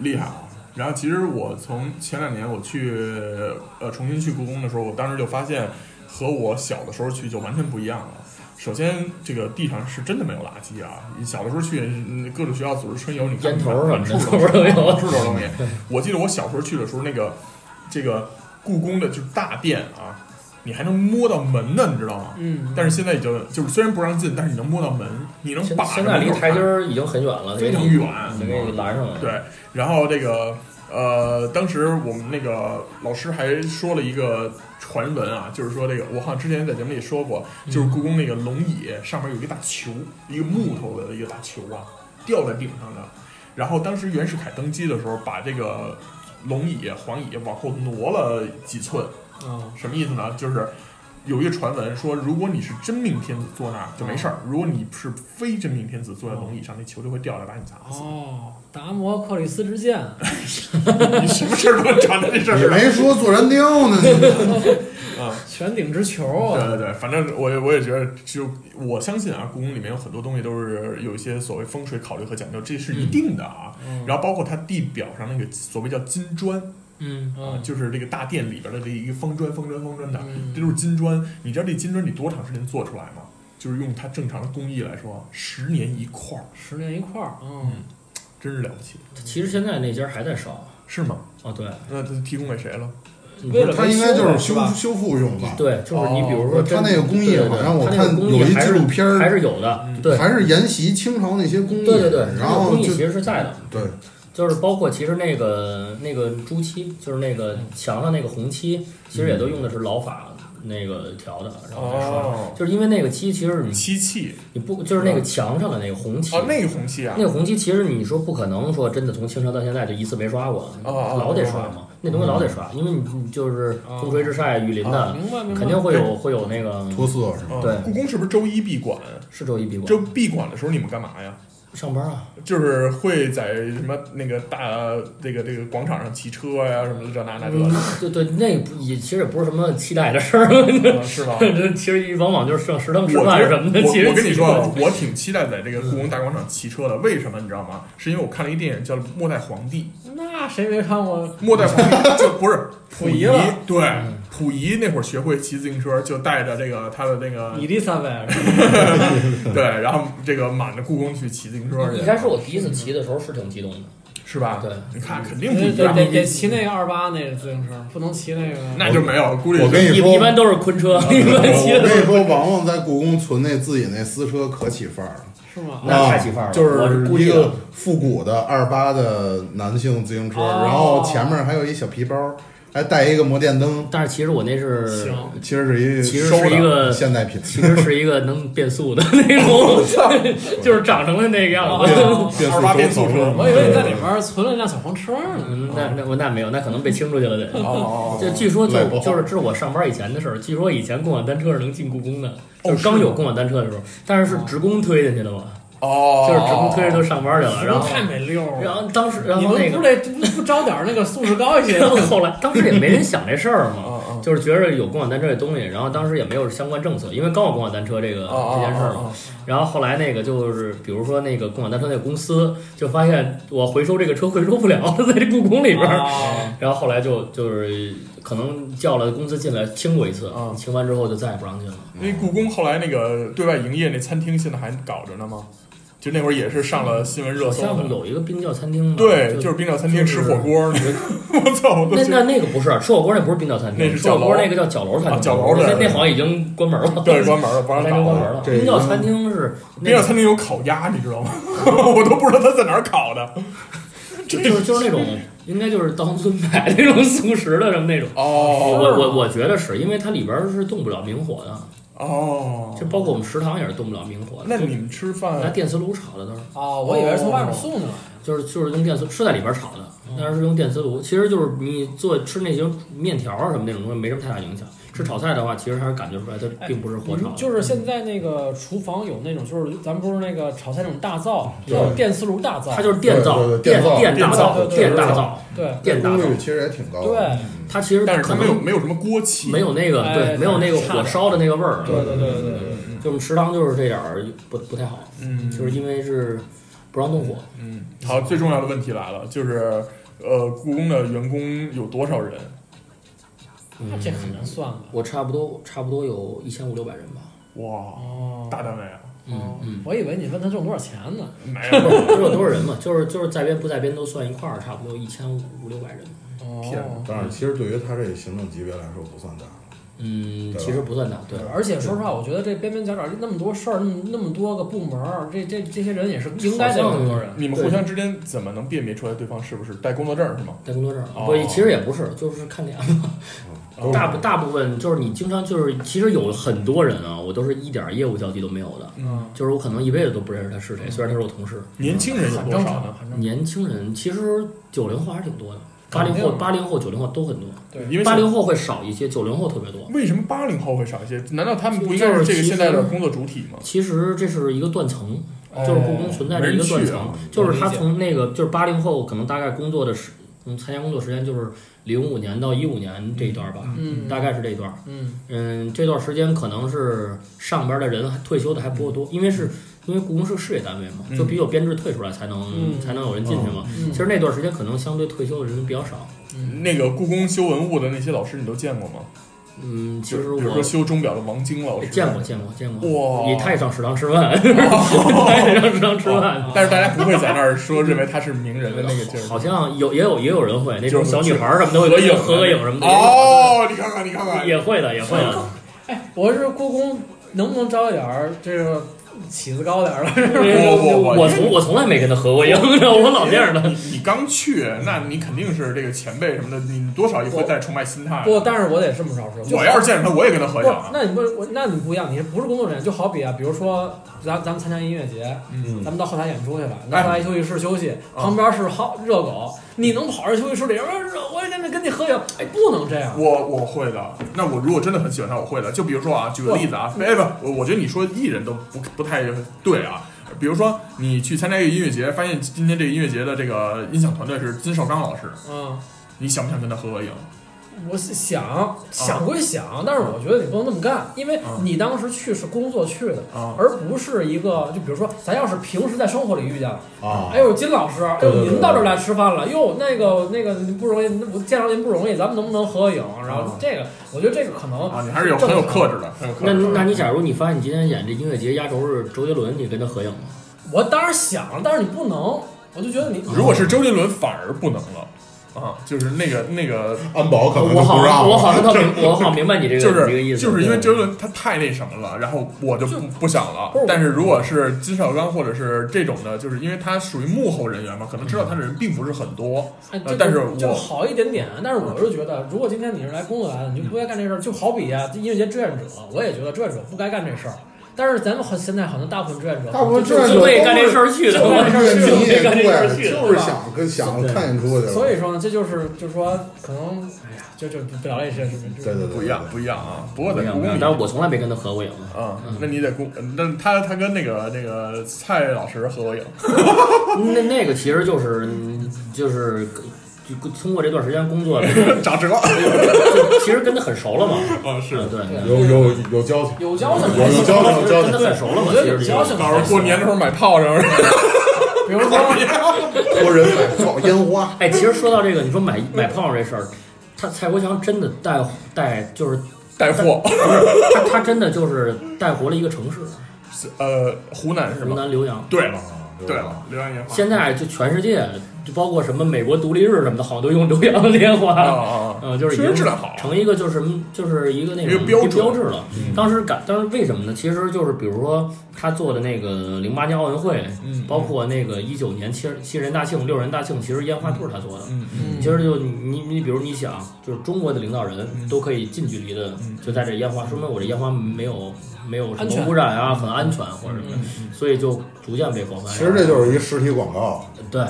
厉害啊！然后其实我从前两年我去呃重新去故宫的时候，我当时就发现和我小的时候去就完全不一样了。首先，这个地上是真的没有垃圾啊！你小的时候去嗯各种学校组织春游，你看
烟头什么的
满处
都是 [laughs] 有
满处都是东西。我记得我小时候去的时候，那个这个故宫的就是大殿啊，你还能摸到门呢，你知道吗？
嗯，
但是现在已经就是虽然不让进，但是你能摸到门，你能
现
嗯把
现
着
在
门
离
口
台阶
看
儿已经很远了，
非常
得给
远嗯
你得给你拦上了。
对，然后这个呃，当时我们那个老师还说了一个传闻啊，就是说这个我好像之前在节目里说过，就是故宫那个龙椅上面有一个大球，一个木头的一个大球啊，吊在顶上的。然后当时袁世凯登基的时候，把这个龙椅、黄椅往后挪了几寸，
啊，
什么意思呢？就是有一个传闻说，如果你是真命天子坐那儿就没事儿，如果你是非真命天子坐在龙椅上，那球就会掉下来把你砸死。
哦，达摩克里斯之剑，
[laughs] 你什么事儿都能传到这事儿
你
上
没说做燃雕呢，
悬顶之球
对
啊！
对对，反正我也我也觉得，就我相信啊，故宫里面有很多东西都是有一些所谓风水考虑和讲究，这是一定的啊。
嗯
然后包括它地表上那个所谓叫金砖
嗯，
啊，
嗯，
就是这个大殿里边的这一个方砖、方砖、方砖的，
嗯
这都是金砖。你知道这金砖得多长时间做出来吗？就是用它正常的工艺来说，啊十年一块儿，
十年一块儿，嗯，
真是了不起，
其实现在那家还在烧。
是吗？
哦，对，
那它提供给谁了？
为了
它应该就是
维修
修
吧
修复用吧？
对，就是你比如说
哦
真，
他那个工艺
对对
好像我
他那个
看
工
有
艺
一
还是
纪录片儿
还是有的，
嗯
对
还是沿袭清朝那些工艺，
对对对，
然后
工艺
就
其实是在的，
对，
就是包括其实那个那个朱漆，就是那个墙上那个红漆，其实也都用的是老法那个调的，然后再刷的。
嗯哦，
就是因为那个漆，其实你
漆器
你不就是那个墙上的那个红漆，
嗯哦，那个红漆啊
那，个红漆其实你说不可能说真的从清朝到现在就一次没刷过，
哦哦嗯
老得刷嘛，那东西老得刷，因为你你就是风吹日晒雨淋
哦
的，
明白明白，
嗯肯定会有会有那个
脱色是吧？
嗯
对
故宫是不是周一闭馆？
是周一闭
周
馆
闭馆的时候你们干嘛呀？
上班啊，
就是会在什么那个大这个这个广场上骑车呀、什么的这那那这的
对嗯对，那不也其实也不是什么期待的事儿， [laughs]
啊，是吧？
这其实往往就是上食堂
我
嗯吃
觉
饭
得
什么的。
我
其实
我跟你说啊，我挺期待在这个故宫大广场骑车的。为什么你知道吗？是因为我看了一电影叫《末代皇帝
那谁没看过》，？
末代皇帝就不
[laughs]
是溥仪
溥仪了，
对
嗯
溥仪那会儿学会骑自行车，就带着这个他的那个
伊丽莎白，
对，然后这个满着故宫去骑自行车
一
去，
开始我第一次骑的时候是挺激动的，
是吧？
对，
你看肯定不
得
一
得
样，
得得骑那个二八那个自行车，不能骑那个。
那就没有，估计
我跟你
一
说
一般都是昆车，嗯一般骑
我
的
跟你说，王王在故宫存那自己那私车可起范儿了，
是吗？哦
那
啊
太起范儿了
就
我是
是
故意
一
的
个复古的二八的男性自行车，
哦
然后前面还有一小皮包，还带一个摩电灯，
[laughs] 但是其实我那是
行，
其实是一
其实
收
是一个
的现代
[laughs]
品，
其实是一个能变速的那种， [laughs] 就是长成了那个样子。
哦
变速
二八变速
轴
车
我以为你在里面存了一辆小黄车呢。
[laughs] 嗯那那我那没有，那可能被清出去了得。
哦
[laughs] 就据说就
对不好
就是这是我上班以前的事儿。据说以前共享单车是能进故宫的，就是刚有共享单车的时候，但是是职工推进去的嘛，
哦，
就是职工推着就上班去
哦
了，嗯然后
太没溜儿
然
了。
后当时然
你
后
们
那
不
个
得不不招点儿那个素质高一些
然 [laughs]
吗
后？后来，当时也没人想这事儿
[laughs]
嘛
嗯嗯，
就是觉着有共享单车这东西，然后当时也没有相关政策，因为刚有共享单车这个
哦
这件事儿
哦哦
嘛。然后后来那个就是，比如说那个共享单车那个公司，就发现我回收这个车回收不了， [laughs] 在这故宫里边
哦
儿。
啊，
然后后来就就是可能叫了公司进来清过一次
嗯，
清完之后就再也不让进了。
因为故宫后来那个对外营业那餐厅现在还搞着呢吗？就那会儿也是上了新闻热
好
搜
像
的。
有一个冰窖餐厅嘛，
对，就
就是
冰窖餐厅
就是
吃火锅，你 [laughs] 们我操，我都
那
觉
那
得
那个不是吃火锅，那不是冰窖餐厅，
那是
吃
角
火
楼
锅那个叫角楼餐
啊
厅，
角楼
那
对
那好像已经关门了。
对关门了，不让
[laughs] 那
搞
就关门
了。嗯
了。
这个
冰窖餐厅是那
冰
个
窖餐厅有烤鸭，你知道吗？ [laughs] 我都不知道他在哪儿烤的。
就是就是那种应该就是当村买那种速食的什么那种。我
哦
我我觉得是因为它里边儿是动不了明火的，
哦
就，包括我们食堂也是动不了明火的。
那你们吃
拿
饭
电磁炉炒的都是，
啊，我以为是从外面送的。
就是就是用电磁是在里边儿炒的，但是用电磁炉。其实就是你做吃那些面条儿什么那种东西没什么太大影响。吃炒菜的话，其实还是感觉出来它并不是火
你们
炒的。
哎就是现在那个厨房有那种，就是咱们不是那个炒菜那种大灶，叫电磁炉大灶，
它就是电灶
对对、对
电
电
大
灶
灶、
对对
电
对
大
对
灶、
对
电大
功
灶
率。其实也挺高的。嗯
对
它其实
但是
可
它没有
能
没有什么锅气，
没有那个
哎
对，没有那个
差点
火烧的那个味儿。啊
对对对对对，
就我们食堂就是这点儿不不太好，
嗯，
就是因为是不让动火，
嗯，好，最重要的问题来了，就是呃，故宫的员工有多少人？
那这很难算吧？
我差不多差不多有一千五六百人吧。
[laughs] 哇，
哦，
大单位啊，
嗯嗯，
我以为你问他挣多少钱呢？
没
不
有，
是不是有多少人嘛，就是就是在编不在编都算一块儿，差不多一千五六百人。
嗯
哦，
但是其实对于他这个行政级别来说不算大，
嗯，
对吧
其实不算大，对。
而且说实话，我觉得这边边角角那么多事儿，那么那么多个部门儿，这这这些人也是应该得有很多人。
你们互相之间怎么能辨别出来对方是不是带工作证是吗？
带工作证，
哦
不，其实也不是，就是看脸嘛。大部大部分就是你经常就是，其实有很多人啊，我都是一点儿业务交集都没有的，
嗯，
就是我可能一辈子都不认识他是谁，虽然他是我同事。
年轻人有
很
多
正
少
常，
呢？
很正常。
年轻人其实九零后还是挺多的，八零
肯
后、
定啊
八零后、九零后都很多，
对，因为
八零后会少一些，九零后特别多。
为什么八零后会少一些？难道他们不应该是这个现在的工作主体吗？
其实这是一个断层，
哦
就是故宫存在着一个断层，
哎没啊
就是他从那个就是八零后可能大概工作的时，嗯，参加工作时间就是零五年到一五年这一段吧，
嗯
大概是这一段。
嗯
嗯，这段时间可能是上班的人还退休的还不够多，因为是因为故宫是事业单位嘛，
嗯
就必须有编制退出来才能、
嗯
才能有人进去嘛。
嗯
其实那段时间可能相对退休的人比较少。
那个故宫修文物的那些老师，你都见过吗？
嗯，
就
其实
比如说
我
修钟表的王晶老师，
哦见过见过见
哇
过，也他也上食堂吃饭， [laughs] 他也上食堂吃饭。
但是大家不会在那儿说认为他是名人的哦那个劲儿。哦
好像有也有也有人会那种
就是
小女孩儿什么的 [laughs] 会
合影
合个影什么的，
哦，你看看，你看看，
也会的也会
哦
的。
哎，我是故宫，能不能招点儿这个起子高点儿
哦
的？ [laughs]
嗯我我
我从我从来没跟他合过影，你知道我老这
[laughs]
样的。
你你刚去，那你肯定是这个前辈什么的，你多少也会带崇拜心态。
不，但是我得这么着说，就
我要是见着他，我也跟他合影
不是
啊。
那你不是我，那你不一样，你是不是工作人员？就好比啊，比如说咱咱们参加音乐节，
嗯
咱们到后台演出去
哎
了，拿出来休息室休息，
啊
旁边是好热狗，你能跑着休息室里边儿，热我也跟着跟你合影，哎，不能这样。
我我会的。那我如果真的很喜欢他，我会的。就比如说啊，举个例子啊，哎不，我我觉得你说艺人都不不太对啊。比如说你去参加一个音乐节，发现今天这个音乐节的这个音响团队是金少刚老师，
嗯，
你想不想跟他合个影？
我是想想归想，但是我觉得你不能那么干，因为
啊
你当时去是工作去的，
啊
而不是一个就比如说咱要是平时在生活里遇见了，
啊，
哎呦金老师，哎
对
呦
对对
您到这儿来吃饭了，哟那个那个您不容易，那我见着您不容易，咱们能不能合个影？然后
啊
这个我觉得这个可能
啊，你还是有很有克制的，很有克
那
制的。
那你假如你发现你今天演这音乐节压轴是周杰伦，你跟他合影吗？
我当然想了，但是你不能，我就觉得你
如果是周杰伦，反而不能了啊，就是那个那个
安保可能
我
都不
好
让
像
了
我好像
[laughs]
特明我好像明白你这个
就
你这个意
是
思，嗯
就是因为
对
周杰伦他太那什么了，然后我就不不想了
不是。
但是如果是金少刚或者是这种的，就是因为他属于幕后人员嘛，可能知道他的人并不是很多。
哎，
呃
这
但是
就就
我嗯
好一点点，但是我是觉得，如果今天你是来工作来的，你就不该干这事儿。就好比啊，音乐节志愿者，我也觉得志愿者不该干这事儿。但是咱们好现在好像大部分志愿者，
大部分志愿者
就为干这事儿去的，
就
我
是
就
你也
为干这事儿
对，
去的。
就是想跟想看演出去了，
所以说呢，这就是就是说，可能哎呀，就就不聊这些事情。
对对对，
不一样，不一样啊！不过
不
在
一样
故
不
宫
一样
里
但是我嗯从来没跟他合过影。
啊，那你得故，那他他跟那个那个蔡老师合过影，
那那个其实就是就是就通过这段时间工作，
打折
哎其实跟他很熟了嘛。
啊是
嗯，。对，
有有有交情，
有交情
有有交情，有交
真的
情。
很熟了嘛。
我觉得
其
有
实
交情啊
这个
到时候过年的时候买炮仗，
比如说，
托人买炮烟花，
哎，其实说到这个，你说买买炮仗这事儿，他蔡国强真的带带就是
带货。
他他真的就是带活了一个城市，
呃，湖南是
湖
吗？
南辽阳。
对了，对了，浏阳烟花。
现在就全世界，就包括什么美国独立日什么的，好像都用浏阳烟
啊
花，
啊啊！
嗯，就是已
确实
经
质量好。
成一个就是什么，就是一个那
一个
种
标准嗯
标志了。当时感，当时为什么呢？其实就是比如说他做的那个零八年奥运会，
嗯
包括那个一九年七人七人大庆、六人大庆，其实烟花都是他做的。
嗯
其实就你你比如你想，就是中国的领导人都可以近距离的
嗯
就在这烟花，说明我这烟花没有没有什
安全
么污染啊，很安全
嗯
或者什么的，所以就逐渐被广泛。
其实这就是一实体广告，
对，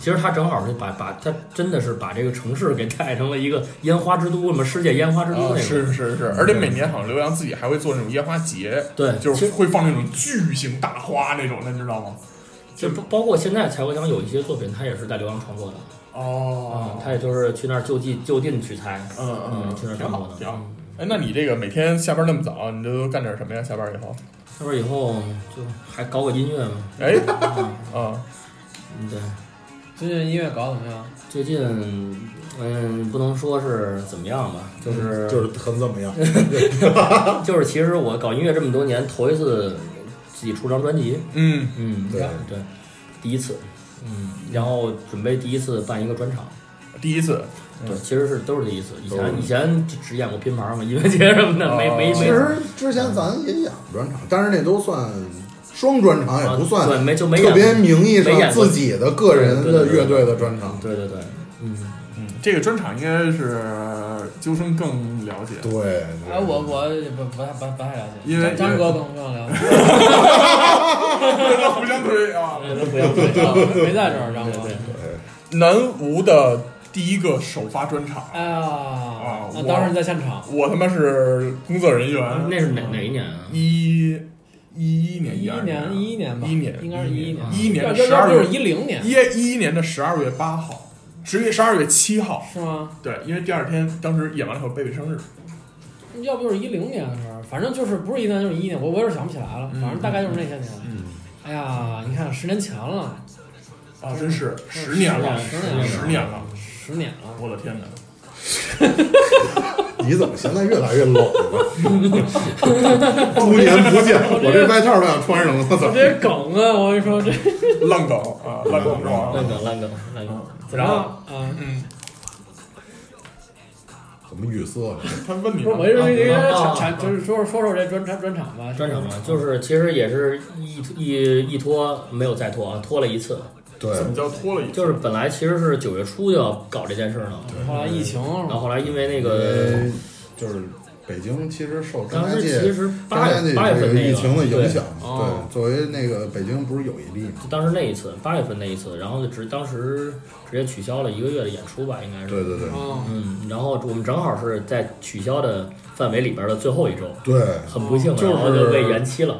其实他正好是把把他真的是把这个城市给带成了一个烟花之都，什么世界烟花之都那
啊
种。
是是是，而且每年好像浏阳自己还会做那种烟花节，
对，
就
其
是
实
会放那种巨型大花那种的，你知道吗？
就包包括现在蔡国强有一些作品，他也是在刘洋创作的，
哦
嗯，他也就是去那儿就地就近取材，
嗯嗯，
嗯，去那儿
挺
创
好
作
挺
的
好。。哎，那你这个每天下班那么早，你都干点什么呀？下班以后？
要不然以后就还搞搞音乐嘛，
哎，
嗯
啊，
嗯，对。
最近音乐搞得怎么样？
最近，嗯，不能说是怎么样吧，
嗯
就是
就是很怎么样，
就是，其实我搞音乐这么多年，头一次自己出张专辑，
嗯，
嗯，
对
对，第一次，嗯，然后准备第一次办一个专场，
第一次，嗯
对，其实是都是第一次，以
都是
前以前只只演过拼盘嘛，音乐节什么的，没没
哦
其
没，
实之前咱也演过专场，但是那都算双专场，也不
啊对，
算
没就没演
特别名义
没演
上
过
自己的个人
对对
的
对对
乐队的专场。
对对对，嗯，
嗯，这个专场应该是究生更了解。
对，对
哎，我我也不不太不不太了解，
因为
张张哥更更了 [laughs] 解，
[laughs] 互相推啊。啊
不要
没在这儿，张哥
对对，
南吴的第一个首发专场，
啊，哎那
我
当时在现场，
我他妈是工作人员，
那是哪哪一年啊？
一一一年、
一
二
年
一
一一年吧，
一年
应该是
一
一年，
一
要
年
要
十
要
二
不就是
月
一零年
一一一年的十二月八号，十月十二月七号，
是吗？
对，因为第二天当时演完了以后，贝贝生日，
要不就是一零年的时候，反正就是不是一年就是一年，我我有点想不起来了，
嗯
反正大概就是那些年。哎呀，你看十年前了，
啊，真是十年了，
十
年了
十年了，
十年了，
我的天哪！
你怎么现在越来越冷了？ [laughs] 多年不见，我这外套都想穿上了，我
我
操！
这些梗啊，我跟你说这
浪狗啊，浪狗之王。
烂梗烂梗烂梗，
然后，
啊，
嗯，
怎么语塞了？
他问你
不是，
了，
我就说这个
啊
产
啊
产就是说说说这专专专场吧，
专场嘛，就是其实也是一一一拖没有再拖啊，拖了一次。
对，
怎么叫拖了一次？
就是本来其实是九月初就要搞这件事呢，
后来疫情是
然后
吧？
后来因为那
因
个
为就是北京其实受张
当
家
时
界
其实
张
八
家界
月八月
这
份
个
那个
疫情的影响，
对哦
对，作为那个北京不是有一例吗？
当时那一次八月份那一次，然后就直当时直接取消了一个月的演出吧，应该是。
对对对
嗯，
嗯，然后我们正好是在取消的范围里边的最后一周，
对，
很不幸，
就是
然后就被延期了。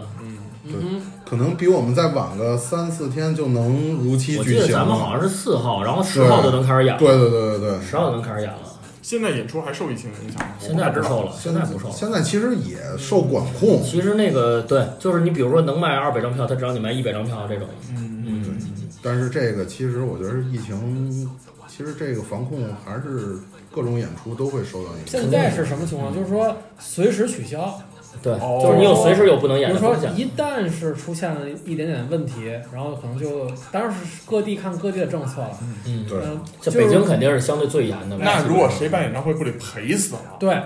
可能比我们再晚个三四天就能如期
我记
举
得
行
咱们好
了。
像是四号，然后十号就能开始演
对
了，
对对对对，
十号就能开始演了。
现在演出还受疫情影响吗？
现在不
我
受
太
了，
现
现在不受了。
现在其实也受管控，
其实那个对，就是你比如说能卖二百张票，他只让你卖一百张票这种。
知道。嗯，
嗯，
但是这个其实我觉得疫情，其实这个防控还是各种演出都会受到影响。
现在是什么情
嗯
况？就是说随时取消，
对，
哦
就是你有随时有不能
比
演
如
的
说
风险。
一旦是出现了一点点问题，然后可能就当然是各地看各地的政策了。
嗯，
对，
嗯，
这
就是
北京肯定是相对最严的。
那如果谁办演唱会，不得赔死了？
对，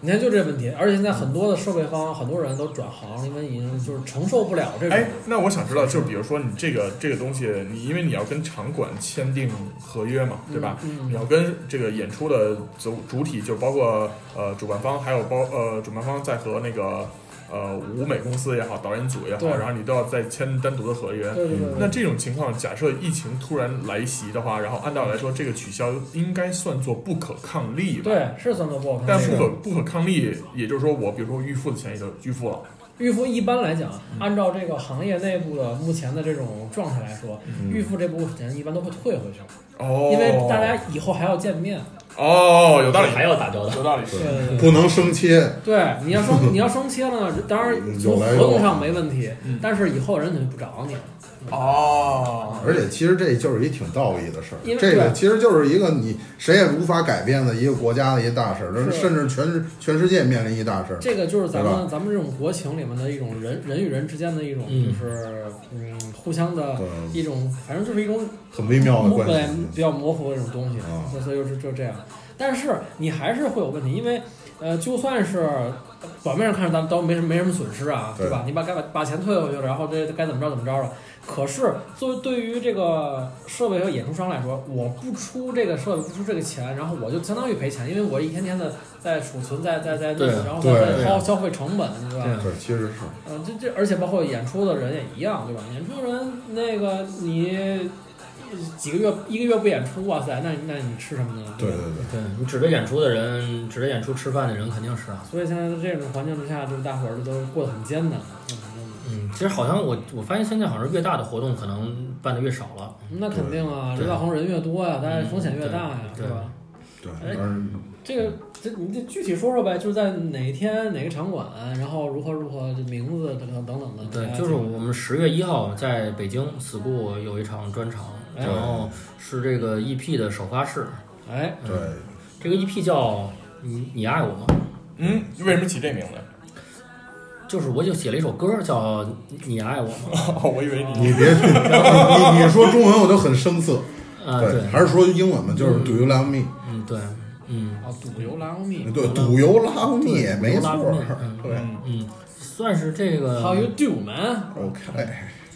你看就这问题，而且现在很多的设备方，很多人都转行，因为已经就是承受不了这种。
哎，那我想知道，就比如说你这个这个东西，你因为你要跟场馆签订合约嘛，对吧？
嗯
你要跟这个演出的主主体，就包括呃主办方，还有包呃主办方在和那个呃舞美公司也好，导演组也好，
对
然后你都要再签单独的合约。
对对对，
那这种情况，假设疫情突然来袭的话，然后按道理来说，这个取消应该算作不可抗力吧？。
对是算作不好看。
但
这
不
个
可不可抗力，也就是说，我比如说预付的钱也就预付了，
预付一般来讲，按照这个行业内部的目前的这种状态来说，预付这部分钱一般都会退回去，
哦，
因为大家以后还要见面。
哦有道理，
还要打交道，
有道理，
对对对。
不能生切，
对，你要升你要升切了呢，当然从合同上没问题
嗯，
但是以后人家就不找你了。
哦，
而且其实这就是一挺道义的事
因
儿，
为
这个
对
其实就是一个你谁也无法改变的一个国家的一大事儿，
是
甚至全世全世界面临一大事儿。
这个就是咱
对
们咱们这种国情里面的一种人人与人之间的一种，
嗯
就是嗯互相的
对，
一种，反正就是一种
呃很微妙的
模
关
对
系。
比较模糊的这种东西
啊，
所以所以就是就这样。但是你还是会有问题，因为呃，就算是表面上看着咱们都没什么没什么损失啊，
对
对吧？你把该把把钱退回去了，然后这该怎么着怎么着了。可是作为对于这个设备和演出商来说，我不出这个设备不出这个钱，然后我就相当于赔钱，因为我一天天的在储存，在在在那
对
个，然后再再
对
掏消费成本，对吧？
对
对，其实是
嗯，这这，而且包括演出的人也一样，对吧？演出人那个你几个月一个月不演出，哇塞，那你那你吃什么呢？
对对。对，
对你指着演出的人，指着演出吃饭的人肯定是啊。
所以现在在这种环境之下，就是大伙儿都过得很艰难，过得很艰难
嗯，其实好像我我发现现在好像越大的活动可能办的越少了。
那肯定啊，
对
人大红人越多呀，大家
嗯
风险越大呀，
对
是吧？
对
哎，
而
这个这你这具体说说呗，就是在哪天哪个场馆，然后如何如何，这名字等等等等的。大
对，
家
就是我们十月一号在北京 school 有一场专场，
哎
然后是这个 EP 的首发式。
哎，
对，
这个 EP 叫你你爱我吗？
嗯，为什么起这名字？
就是我就写了一首歌叫你你爱我
[laughs]
吗？
哦，我以为你
嗯
你别你你说中文我就很生涩，
啊，
对
对，，
还是说英文吧，就是 Do you love me？
嗯对，嗯
啊，赌油拉欧蜜
对，Do you love me？没错儿，
对
对
嗯，算是这个
，How you do man？
，OK，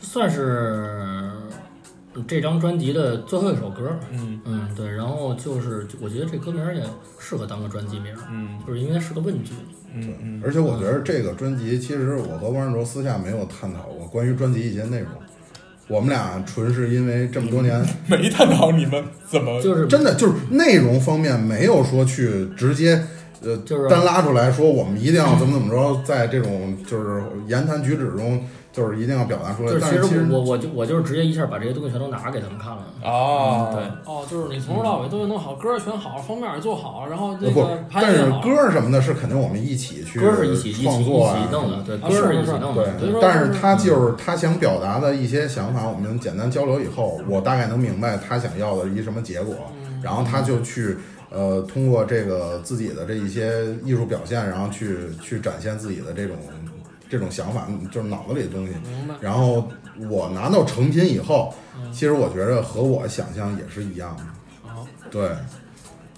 算是这张专辑的最后一首歌。
嗯
嗯，对，然后就是我觉得这歌名儿也适合当个专辑名儿，
嗯
就是因为它是个问句。
嗯嗯，
而且我觉得这个专辑，其实我和汪志卓私下没有探讨过关于专辑一些内容。我们俩纯是因为这么多年，
没探讨你们怎么
就是
真的就是内容方面没有说去直接。呃，
就是
单拉出来说，我们一定要怎么怎么着，在这种就是言谈举止中，就是一定要表达出来
就。是
但是
其
其
实
实
我我我就我就是直接一下把这些东西全都拿给他们看了。
啊，
嗯对，
哦，就是你从头到尾都得弄好，歌儿选好，封面儿做好，然后这
不
个，拍
但
摄
是
好。
歌什么的是肯定我们一起去
歌是一起一起一
创
起
作啊，
弄的，对，
啊
歌是
是
一起
是
弄
对
的，对
所以，说
但是他就是他想表达的一些想法，我们简单交流以后，我大概能明白他想要的一什么结果，
嗯
然后他就去呃通过这个自己的这一些艺术表现，然后去去展现自己的这种这种想法，就是脑子里的东西。
明白，嗯
然后我拿到成品以后，其实我觉得和我想象也是一样的。对，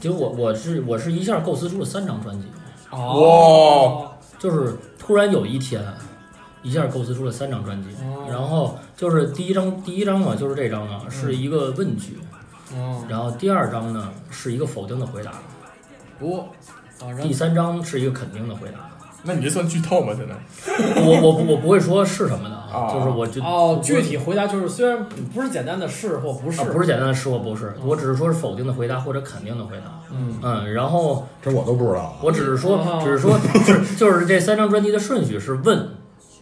结果我我是我是一下构思出了三张专辑，
哦，
就是突然有一天，一下构思出了三张专辑
哦，
然后就是第一张第一张嘛，就是这张啊，是一个问句，
嗯，
然后第二张呢是一个否定的回答，
不，啊，然后
第三张是一个肯定的回答。
那你这算剧透吗？现在
我我我不会说是什么的啊，
啊
就是我就
哦
我，
具体回答就是，虽然不是简单的是或不是，
啊不是简单的是或不是，我只是说是否定的回答或者肯定的回答。嗯然后
这我都不知道。啊
我只是说
哦，
只是说，是就是这三张专辑的顺序是问、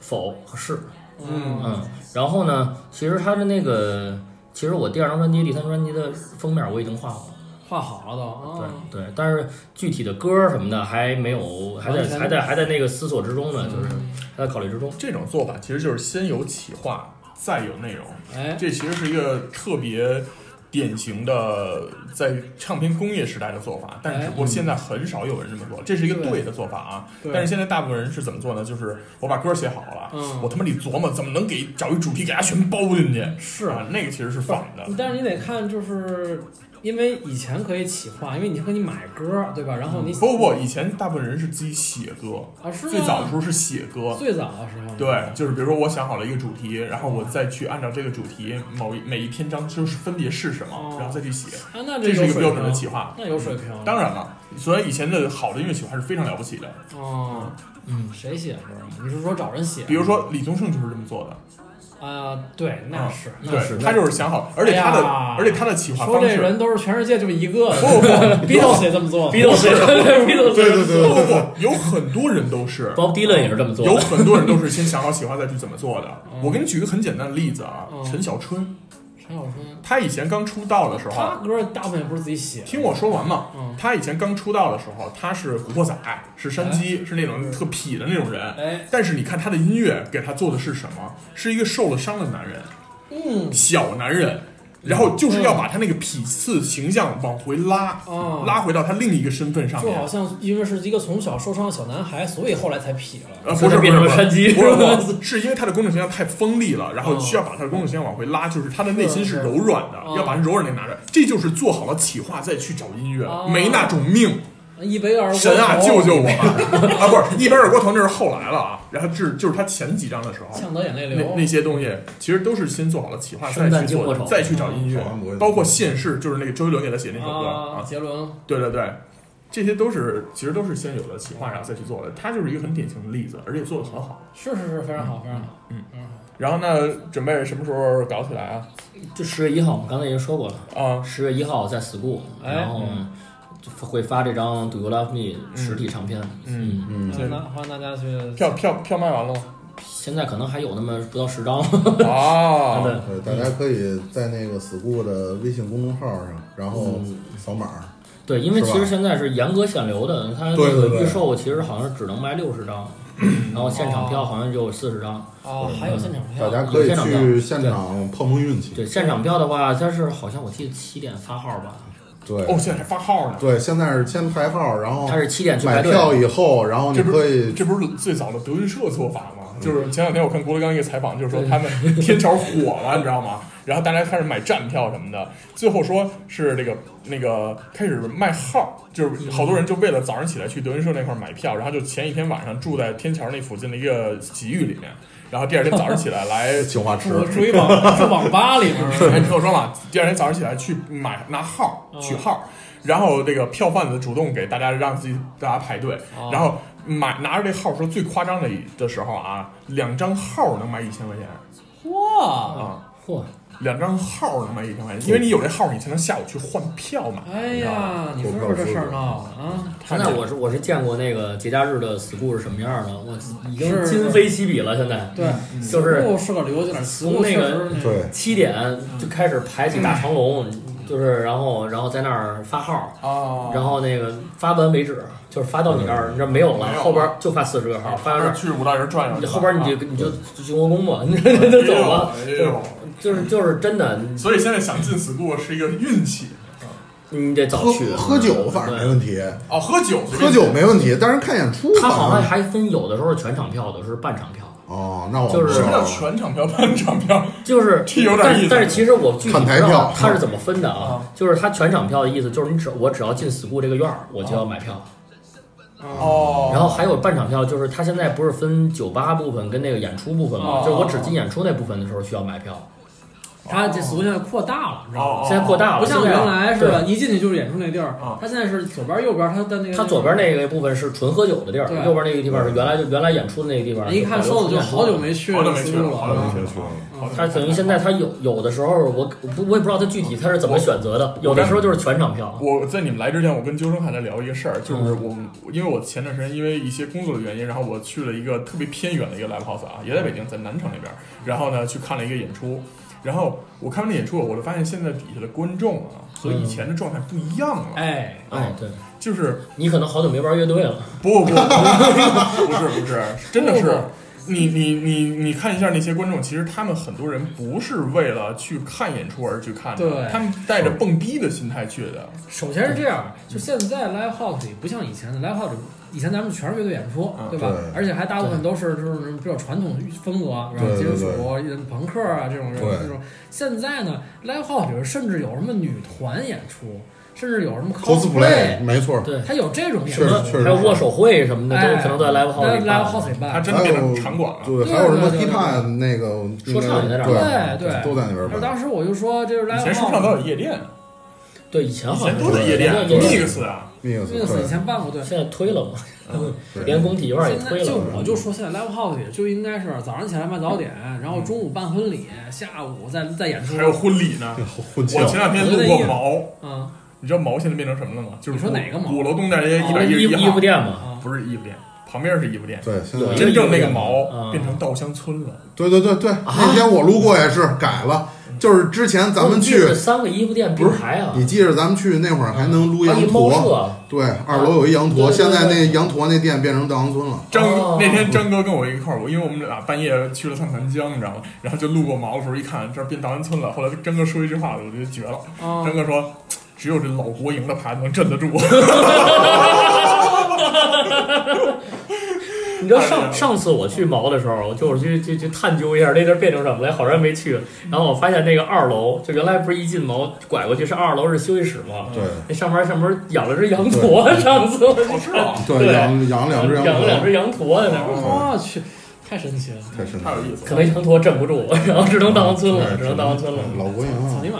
否和是。
嗯，
嗯，然后呢，其实它的那个，其实我第二张专辑、第三张专辑的封面我已经画好了。
画好了都，啊，
对对，但是具体的歌什么的还没有，还
完
在
全
还在还在那个思索之中呢，就是还在考虑之中。
这种做法其实就是先有企划，再有内容。
哎，
这其实是一个特别典型的在唱片工业时代的做法，
哎
但只不过现在很少有人这么做，这是一个对的做法啊。
嗯对
但是现在大部分人是怎么做呢？就是我把歌写好了，
嗯
我他妈里琢磨怎么能给找一主题给它全包进去，
是
啊，那个其实是反的。
但是你得看，就是因为以前可以企划，因为你可以买歌，对吧？然后你
嗯不不不，以前大部分人是自己写歌，
啊是吗
最早的时候是写歌，
最早的时候，啊
对，就是比如说我想好了一个主题，然后我再去按照这个主题某一每一篇章就是分别是什么
哦，
然后再去写，
啊，那
这
有
是一个
水
标准的
平
企划。
那有水平。
当然了，所以以前的好的音乐企划是非常了不起的，
哦，嗯，谁写歌啊？你是说找人写？
比如说李宗盛就是这么做的，
啊，对，那是
啊
那是
对，他就是想好，而且他
哎
的
呀
而且他的企划
说
方
这
式。
人都是全世界就一个
不不不
[laughs] ，Beatles 也这么做的
Beatles 也这么
对 Beatles
对对对
不不不，有很多人都是，
Bob Dylan 也是这么做
有
的，
很多人都是先想好企划再去怎么做的。我给你举一个很简单的例子啊，
嗯
陈小春，
陈小春，
他以前刚出道的时
他
候，啊
歌大部分也不是自己写的，
听我说完嘛，
嗯
他以前刚出道的时候，他是古惑仔，是山鸡，是那种特痞的那种人。
哎
但是你看他的音乐给他做的是什么？是一个受了伤的男人，
嗯，
小男人，然后就是要把他那个痞次形象往回拉，
哦
拉回到他另一个身份上
就
面
好。像因为是一个从小受伤的小男孩，所以后来才痞了。
呃，不是
变成了山鸡
不是不是
是
不是，是因为他的公众形象太锋利了，然后
嗯
需要把他的公众形象往回拉，就是他的内心是柔软的，
嗯
要把柔软那拿着，这就是做好了企划再去找音乐，
哦
没那种命。
[laughs] 一杯二锅头
神啊，救救我！啊，不是，一边二锅头那是后来了啊，然后这是就是他前几章的时候，
呛得眼泪
那
流。
那些东西其实都是先做好了企划，
圣
再
诞
去
静
做
默
的，
丑
再去找音乐
好像不会，
包括现世，就是那个周杰伦给他写那首歌啊，
啊，杰伦
对对对，这些都是其实都是先有了企划，然后再去做的，他就是一个很典型的例子，而且做的很好。
是是是，非常好，非常好。
然后呢，准备什么时候搞起来啊？
就十月一号，我们刚才已经说过了。
啊，
十月一号在 school，
哎
然后就会发这张《Do You Love Me》实体唱片。
嗯，
嗯，
欢迎大欢迎大家去
票票票卖完了吗？
现在可能还有那么不到十张。
啊，
对，大家可以在那个 school 的微信公众号上，然后
嗯
扫码。
[laughs] 对，因为
是吧
其实现在是严格限流的，它那
对对
个
对
预售其实好像只能卖六十张，然后现场票好像只有四十张。
嗯
哦，还有现
哎
场
大
票。
家可以去现场碰碰运气。
对，现场票的话，它是好像我记得七点发号吧，
对
哦，现在还发号呢，
对，现在是先排号，然后
它是七点去
买
排队。
票以后，然后你
这不
可以嗯
是这不是最早的德云社做法吗？就是前两天我看郭德纲一个采访，就是说他们天桥火了，你知道吗？然后大家开始买站票什么的，最后说是那个那个开始卖号，就是好多人就为了早上起来去德云社那块儿买票，然后就前一天晚上住在天桥那附近的一个洗浴里面，然后第二天早上起来来
[laughs] 青花池。
我住一网住网吧里面
哎，你听我说嘛，第二天早上起来去买拿号
嗯
取号，然后这个票贩子主动给大家让自己大家排队，
哦
然后买拿着这号说最夸张的一的时候啊，两张号能卖一千块钱
哇，
啊，
嚯，
两张号能卖一千块钱，因为你有这号，你才能下午去换票买。
哎呀，你说说这事儿闹的啊！
现在我是我是见过那个节假日的 school 是什么样的，我已经
是
今非昔比了。现在
对，
嗯就是
不嗯是个旅游景点，
从那个
确实
对，
七点
嗯
就开始排起大长龙，就是然后然后在那儿发号，
哦
然后那个发完为止，就是发到你这儿，你这儿没有
嗯没
了，
有啊
后边儿就发四十个号，发到这儿
去五大人转悠去了，
后边儿你就你就就去国公吧，你 [laughs] 就就走了，
哎
就是
呦。
就是就是真的，
所以现在想进 school 是一个运气
你得早
喝
去嗯
喝酒反正没问题，
哦，喝酒随
喝
便
酒没问题，但是看演出
他好像
像
还分有的时候是全场票，有的是半场票，
哦，那我
就
不
是
知
什么
道
叫全场票、半场票？
就是
这有点
但
意思
但是其实我具体
看
不
台
知
票
道他是怎么分的
啊？
啊就是他全场票的意思就是你只我只要进 school 这个院儿，我就要买票。
啊哦，
然后还有半场票，就是他现在不是分酒吧部分跟那个演出部分嘛？
哦
就是我只进演出那部分的时候需要买票，
他这俗现在扩大了，你知道吗？
哦
现在扩大了，
不像原来似
现在
的，一进去就是演出那地儿
啊。
他现在是左边右边，他的那
对。
个
他左边那个部分是纯喝酒的地儿，
对
右边那个地方是原来就原来演出的那个地方。
一看瘦子就好久。没去
好
了
久没去
丝路
了，好久
了。啊
没去
去
了好
了。
久没去了
他等于现在他有有的时候我不我也不知道他具体他是怎么选择的，有的时候就是全场票。
我在你们来之前，我跟纠生还在聊一个事儿，就是我们因为我前段时间因为一些工作的原因，然后我去了一个特别偏远的一个 live house 啊，也在北京，在南城那边儿，然后呢去看了一个演出，然后我看完那演出，我就发现现在底下的观众啊和以前的状态不一样了，
哎，
哎，对
就是
你可能好久没玩乐
[laughs]
队了，
不不 [laughs] 不，不是不是，真的是。你你你你看一下那些观众，其实他们很多人不是为了去看演出而去看的，
对
他们带着蹦迪的心态去的。
首先是这样，就
嗯
现在 live house 里不像以前的 live house 里。以前咱们全是乐队演出
嗯，
对吧？
啊对
而且还大部分都是就是那种比较传统风格，然后
对
金
对
属、朋克啊这种这种
对
这种。现在呢，live house 里边甚至有什么女团演出，甚至有什么
cosplay 没错儿，
对，
它有这种演
确
出
实。确实
还有握手会什么的，
哎
都可能都在 live house 里办
live house 里
他
办。
真的
还
变
有
成场馆了。
对，
对
还有什么
对对
hiphop 那个
说唱也在这
儿对
对
对
都在那边
就是
儿办。
当时我就说，这是
以
live
前说唱都
house，
有夜店，
对，以前
以
好像
前都在夜店
对对对
，mix 啊，
mix
那个以前办过，对。
现在推了嘛，
对
连工体院也
现
推
在
了。
啊就我就说，现在 live house 里就应该是早上起来办早点，
嗯
然后中午办婚礼，下午再再演出
还。有婚礼呢。
[laughs] 混
我前
淆，
两天路过毛，
啊，
你知道毛现在变成什么了吗？就是
你说哪个毛
鼓楼东大街一百一十
啊衣
一
服哦衣
号
服，店嘛，
不是衣服店，旁边是衣服店。
对，现
有
在
一个
真正那个
啊
毛变成稻香村了。
对对对对，那天我路过也是改了，就是之前咱们去，
三个衣服店并排啊，
你记着咱们去那会儿还能撸
还
羊
啊有一猫
驼，
舍，
对，二楼有一羊
对
驼，
对
现在
对
那羊驼那店变成稻香村了。
张、
哦
那天张哥跟我一块儿，我因为我们俩半夜去了趟南江，你知道吗？然后就路过毛的时候，一看这儿变稻香村了。后来张哥说一句话，我觉得绝了。
啊
张哥说：“只有这老国营的牌子能镇得
[laughs]
住。
哦
你知道上上次我去毛的时候，就我去去去探究一下那地儿变成什么了，好长时间没去。然后我发现那个二楼，就原来不是一进毛拐过去是二楼是休息室吗？
对
那上面上面养了只羊驼，上次我”
哦，是吗？
啊
对
养养两只羊
养了两
驼，
只羊驼在那儿，
我去，太神奇了！
太神奇
[laughs] 太有
了，
意思
可
了。
能羊驼镇不住，然后只能当村了，
对
只能当村了。
老国营
草
啊
泥，
嗯
马，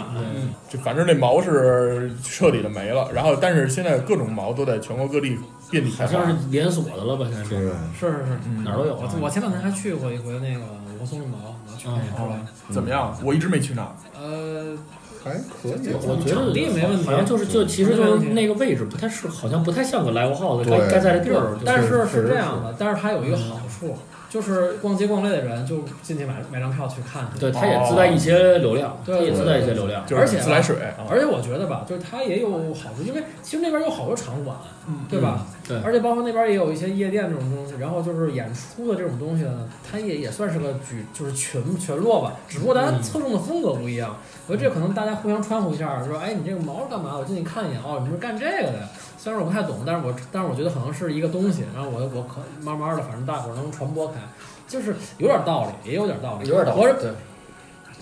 就反正那毛是彻底的没了。然后，但是现在各种毛都在全国各地遍地开
好像
花。
是连锁的了吧？现在
嗯对
是，
是是是。
哪儿都有啊。
我我前两天还去过一回那个武松的毛，我
哦
去看演出了。
嗯怎么样？我一直没去那儿。
呃，
还可以。
我觉得
场地没问题啊
好像就是就其实就是那个位置不太适，好像不太像个 live house
对
该该在的地儿。
但
就是嗯
是
是这样的，但是它有一个好处，就是逛街逛累的人就进去买买张票去看去。
对，它也自带一些流量，它
哦对
也自带一些流量。
就是
而且啊
自来水，
而且我觉得吧，就是它也有好处，因为其实那边有好多场馆，嗯对吧？
对
而且包括那边也有一些夜店这种东西，然后就是演出的这种东西呢，它也也算是个举，就是群群落吧。只不过大家侧重的风格不一样，我觉得这可能大家互相穿呼一下，说哎，你这个毛是干嘛？我进去看一眼，哦，你们是干这个的呀。虽然我不太懂，但是我但是我觉得可能是一个东西，然后我我可慢慢的，反正大伙儿能传播开，就是有点道理，也有点道理，
有点道理
我是
对，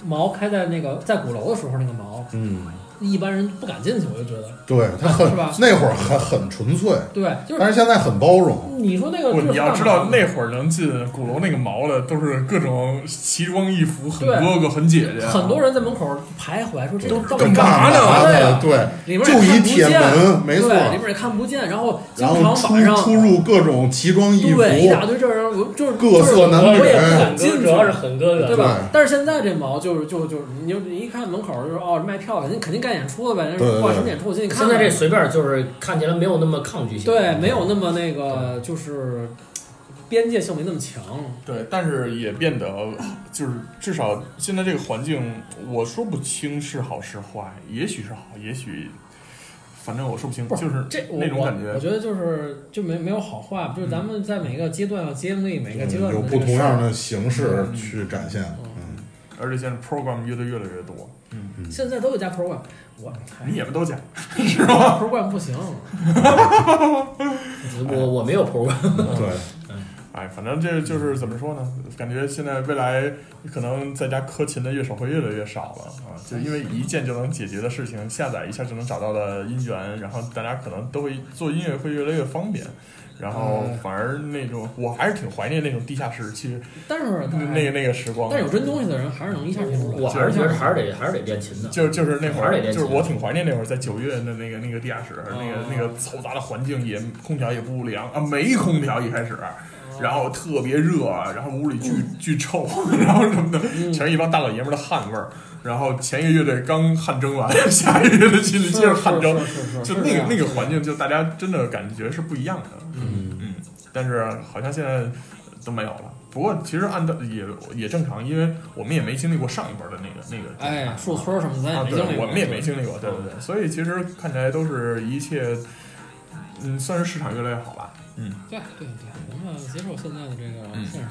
毛开在那个在鼓楼的时候，那个毛
嗯，
一般人不敢进去，我就觉得，
对他很
是吧
那会儿还很纯粹，
对，就是
但是现在很包容。
你说那个
不，
就是
你要知道
干嘛
那会儿能进鼓楼那个毛的，都是各种奇装异服，很
对
哥哥，很姐姐啊，
很多人在门口徘徊，说这都到底
干嘛呢
呀？
对，
里面也
就
看
一
不
铁
见
门，没错。
对里面也看不见，然后经
然
常
后出
晚上
出入各种奇装异服，
对一大堆这样，我就是
各色男
就是
女
我也不敢
狠
进
哥
去，
主要是狠哥
对
哥，
吧
对？
但是现在这毛就是就就是你就你一看门口就是哦卖票肯定肯定干演出的呗，
对对对
挂什么演出我进去看
现
看。
在这随便就是看起来没有那么抗拒性，
对没有那么那个就是边界性没那么强，
对，但是也变得就是至少现在这个环境，我说不清是好是坏，也许是好，也许反正我说不清，
不是
就是
这我
那种
我
感
我
觉。
觉得就是就没没有好坏，就是咱们在每个阶段要经历每个阶段
嗯有
的
不
这个
同
事儿
样的形式去展现。嗯，
而且现在 program 约的越来越多，
现在都有加 program，我
[laughs]
你也不都讲，
加 program 不行，
我我没有 program，
嗯对，
哎，反正这就是怎么说呢？感觉现在未来可能在家磕琴的乐手会越来越少了啊，就因为一键就能解决的事情，下载一下就能找到的音源，然后大家可能都会做音乐会越来越方便，然后
嗯
反而那种我还是挺怀念那种地下室去
但是
那个那个哎时光，啊
但是有真东西的人还是能一下听出来。
我还是觉得还是得还是得练琴的。
就就是那会
还是
儿，
得练
就
琴
是我挺怀念那会儿在九月的那个那个地下室，那个那个嘈杂的环境也空调也不凉啊，没空调一开始，然后特别热，啊然后屋里巨巨臭， [laughs] 然后什么的，全是一帮大老爷们儿的汗味儿。然后前一个乐队刚汗蒸完， [laughs] 下一个乐队进去接着汗蒸，就那个那个环境，就大家真的感觉是不一样的。嗯嗯，但是好像现在都没有了。不过其实按照也也正常，因为我们也没经历过上一波的那个那个状态。
哎，树村什么咱也
啊，
没
对
经历，过，
我们也没经历过，对对对，所以其实看起来都是一切，嗯，算是市场越来越好吧。嗯
对对对，我们要接受现在的这个现实。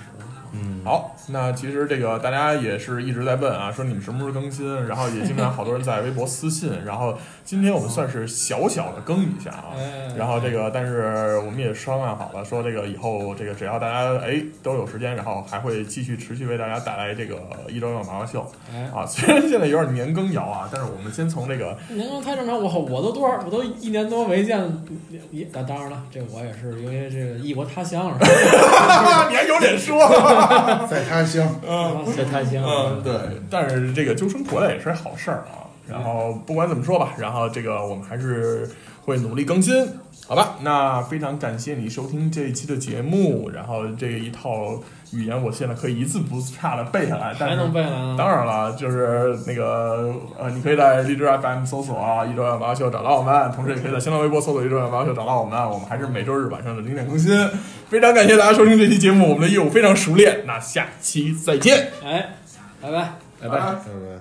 嗯，
好，那其实这个大家也是一直在问啊，说你们什么时候更新，然后也经常好多人在微博私信，然后今天我们算是小小的更一下啊，
哎
然后这个但是我们也商量好了，说这个以后这个只要大家哎都有时间，然后还会继续持续为大家带来这个一周要麻花秀
哎，
啊，虽然现在有点年更摇啊，但是我们先从这个
年糕太正常，我我都多少，我都一年多没见，也当当然了，这我也是因为这个异国他乡，是吧
啊，你还有脸说。
在他乡，
啊
这太香
嗯，对，但是这个救生回来也是好事儿啊。然后不管怎么说吧，然后这个我们还是会努力更新，好吧？那非常感谢你收听这一期的节目，然后这一套语言我现在可以一字不差的背下来，但
还
是
能背来啊？
当然了，就是那个呃，你可以在荔枝 FM 搜索啊，一周要八秀找到我们，同时也可以在新浪微博搜索一周要八秀找到我们。我们还是每周日晚上的零点更新，非常感谢大家收听这期节目，我们的业务非常熟练，那下期再见，
哎，拜拜。
拜拜。
对不对？